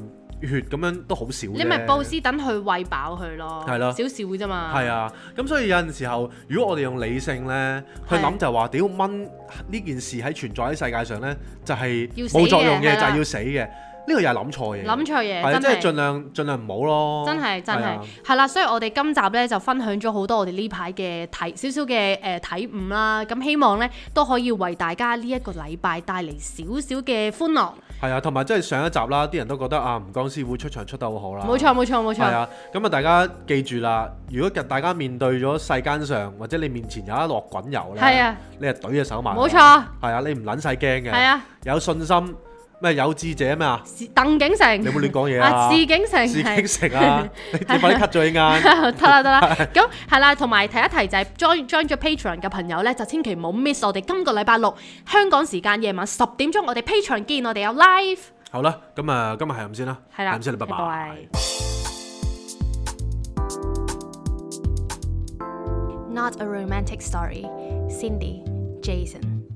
Speaker 1: 血咁樣都好少啫
Speaker 2: 你咪布斯等佢喂飽佢咯，
Speaker 1: 係咯
Speaker 2: 少少啫嘛。
Speaker 1: 係啊，咁所以有陣時候，如果我哋用理性咧去
Speaker 2: 係
Speaker 1: 諗，就話屌蚊呢件事喺存在喺世界上咧，就係
Speaker 2: 要死嘅
Speaker 1: 冇作用
Speaker 2: 係
Speaker 1: 嘅，就
Speaker 2: 啦
Speaker 1: 係要死嘅。呢個又係諗錯嘢，
Speaker 2: 諗錯嘢
Speaker 1: 係啊，
Speaker 2: 真
Speaker 1: 即係
Speaker 2: 係
Speaker 1: 盡量盡量唔好咯。
Speaker 2: 真係真
Speaker 1: 係
Speaker 2: 係
Speaker 1: 啊
Speaker 2: 係啦，所以我哋今集咧就分享咗好多我哋呢排嘅睇少少嘅誒體悟啦，咁希望咧都可以為大家呢一個禮拜帶嚟少少嘅歡樂。
Speaker 1: 係啊，同埋即係上一集啦，啲人都覺得啊，吳江師傅出場出得好好啦。
Speaker 2: 冇錯冇錯冇
Speaker 1: 係
Speaker 2: 錯，
Speaker 1: 啊，咁啊，大家記住啦，如果大家面對咗世間上，或者你面前有一落滾油咧，
Speaker 2: 係啊，
Speaker 1: 你係懟隻手埋，
Speaker 2: 冇，錯，
Speaker 1: 係啊，你唔撚使驚
Speaker 2: 係
Speaker 1: 嘅，
Speaker 2: 啊，
Speaker 1: 有信心咩有志者咩啊，
Speaker 2: 是鄧景
Speaker 1: 你有
Speaker 2: 成
Speaker 1: 冇亂講嘢
Speaker 2: 啊，
Speaker 1: 啊？
Speaker 2: 志景成
Speaker 1: 自
Speaker 2: 係
Speaker 1: 己食 啊！你你快啲 cut 咗呢間，
Speaker 2: 得啦得啦，咁係啦，同埋提一提就係 join join 咗 Patreon 嘅朋友咧，就千祈唔好 miss 我哋今個禮拜六香港時間夜晚十點鐘，我哋 Patreon 見，我哋有 live，
Speaker 1: 好啦，咁啊，今日係咁先啦，
Speaker 2: 係啦，
Speaker 1: 係咁先啦，拜拜。
Speaker 2: Not a romantic story. Cindy, Jason.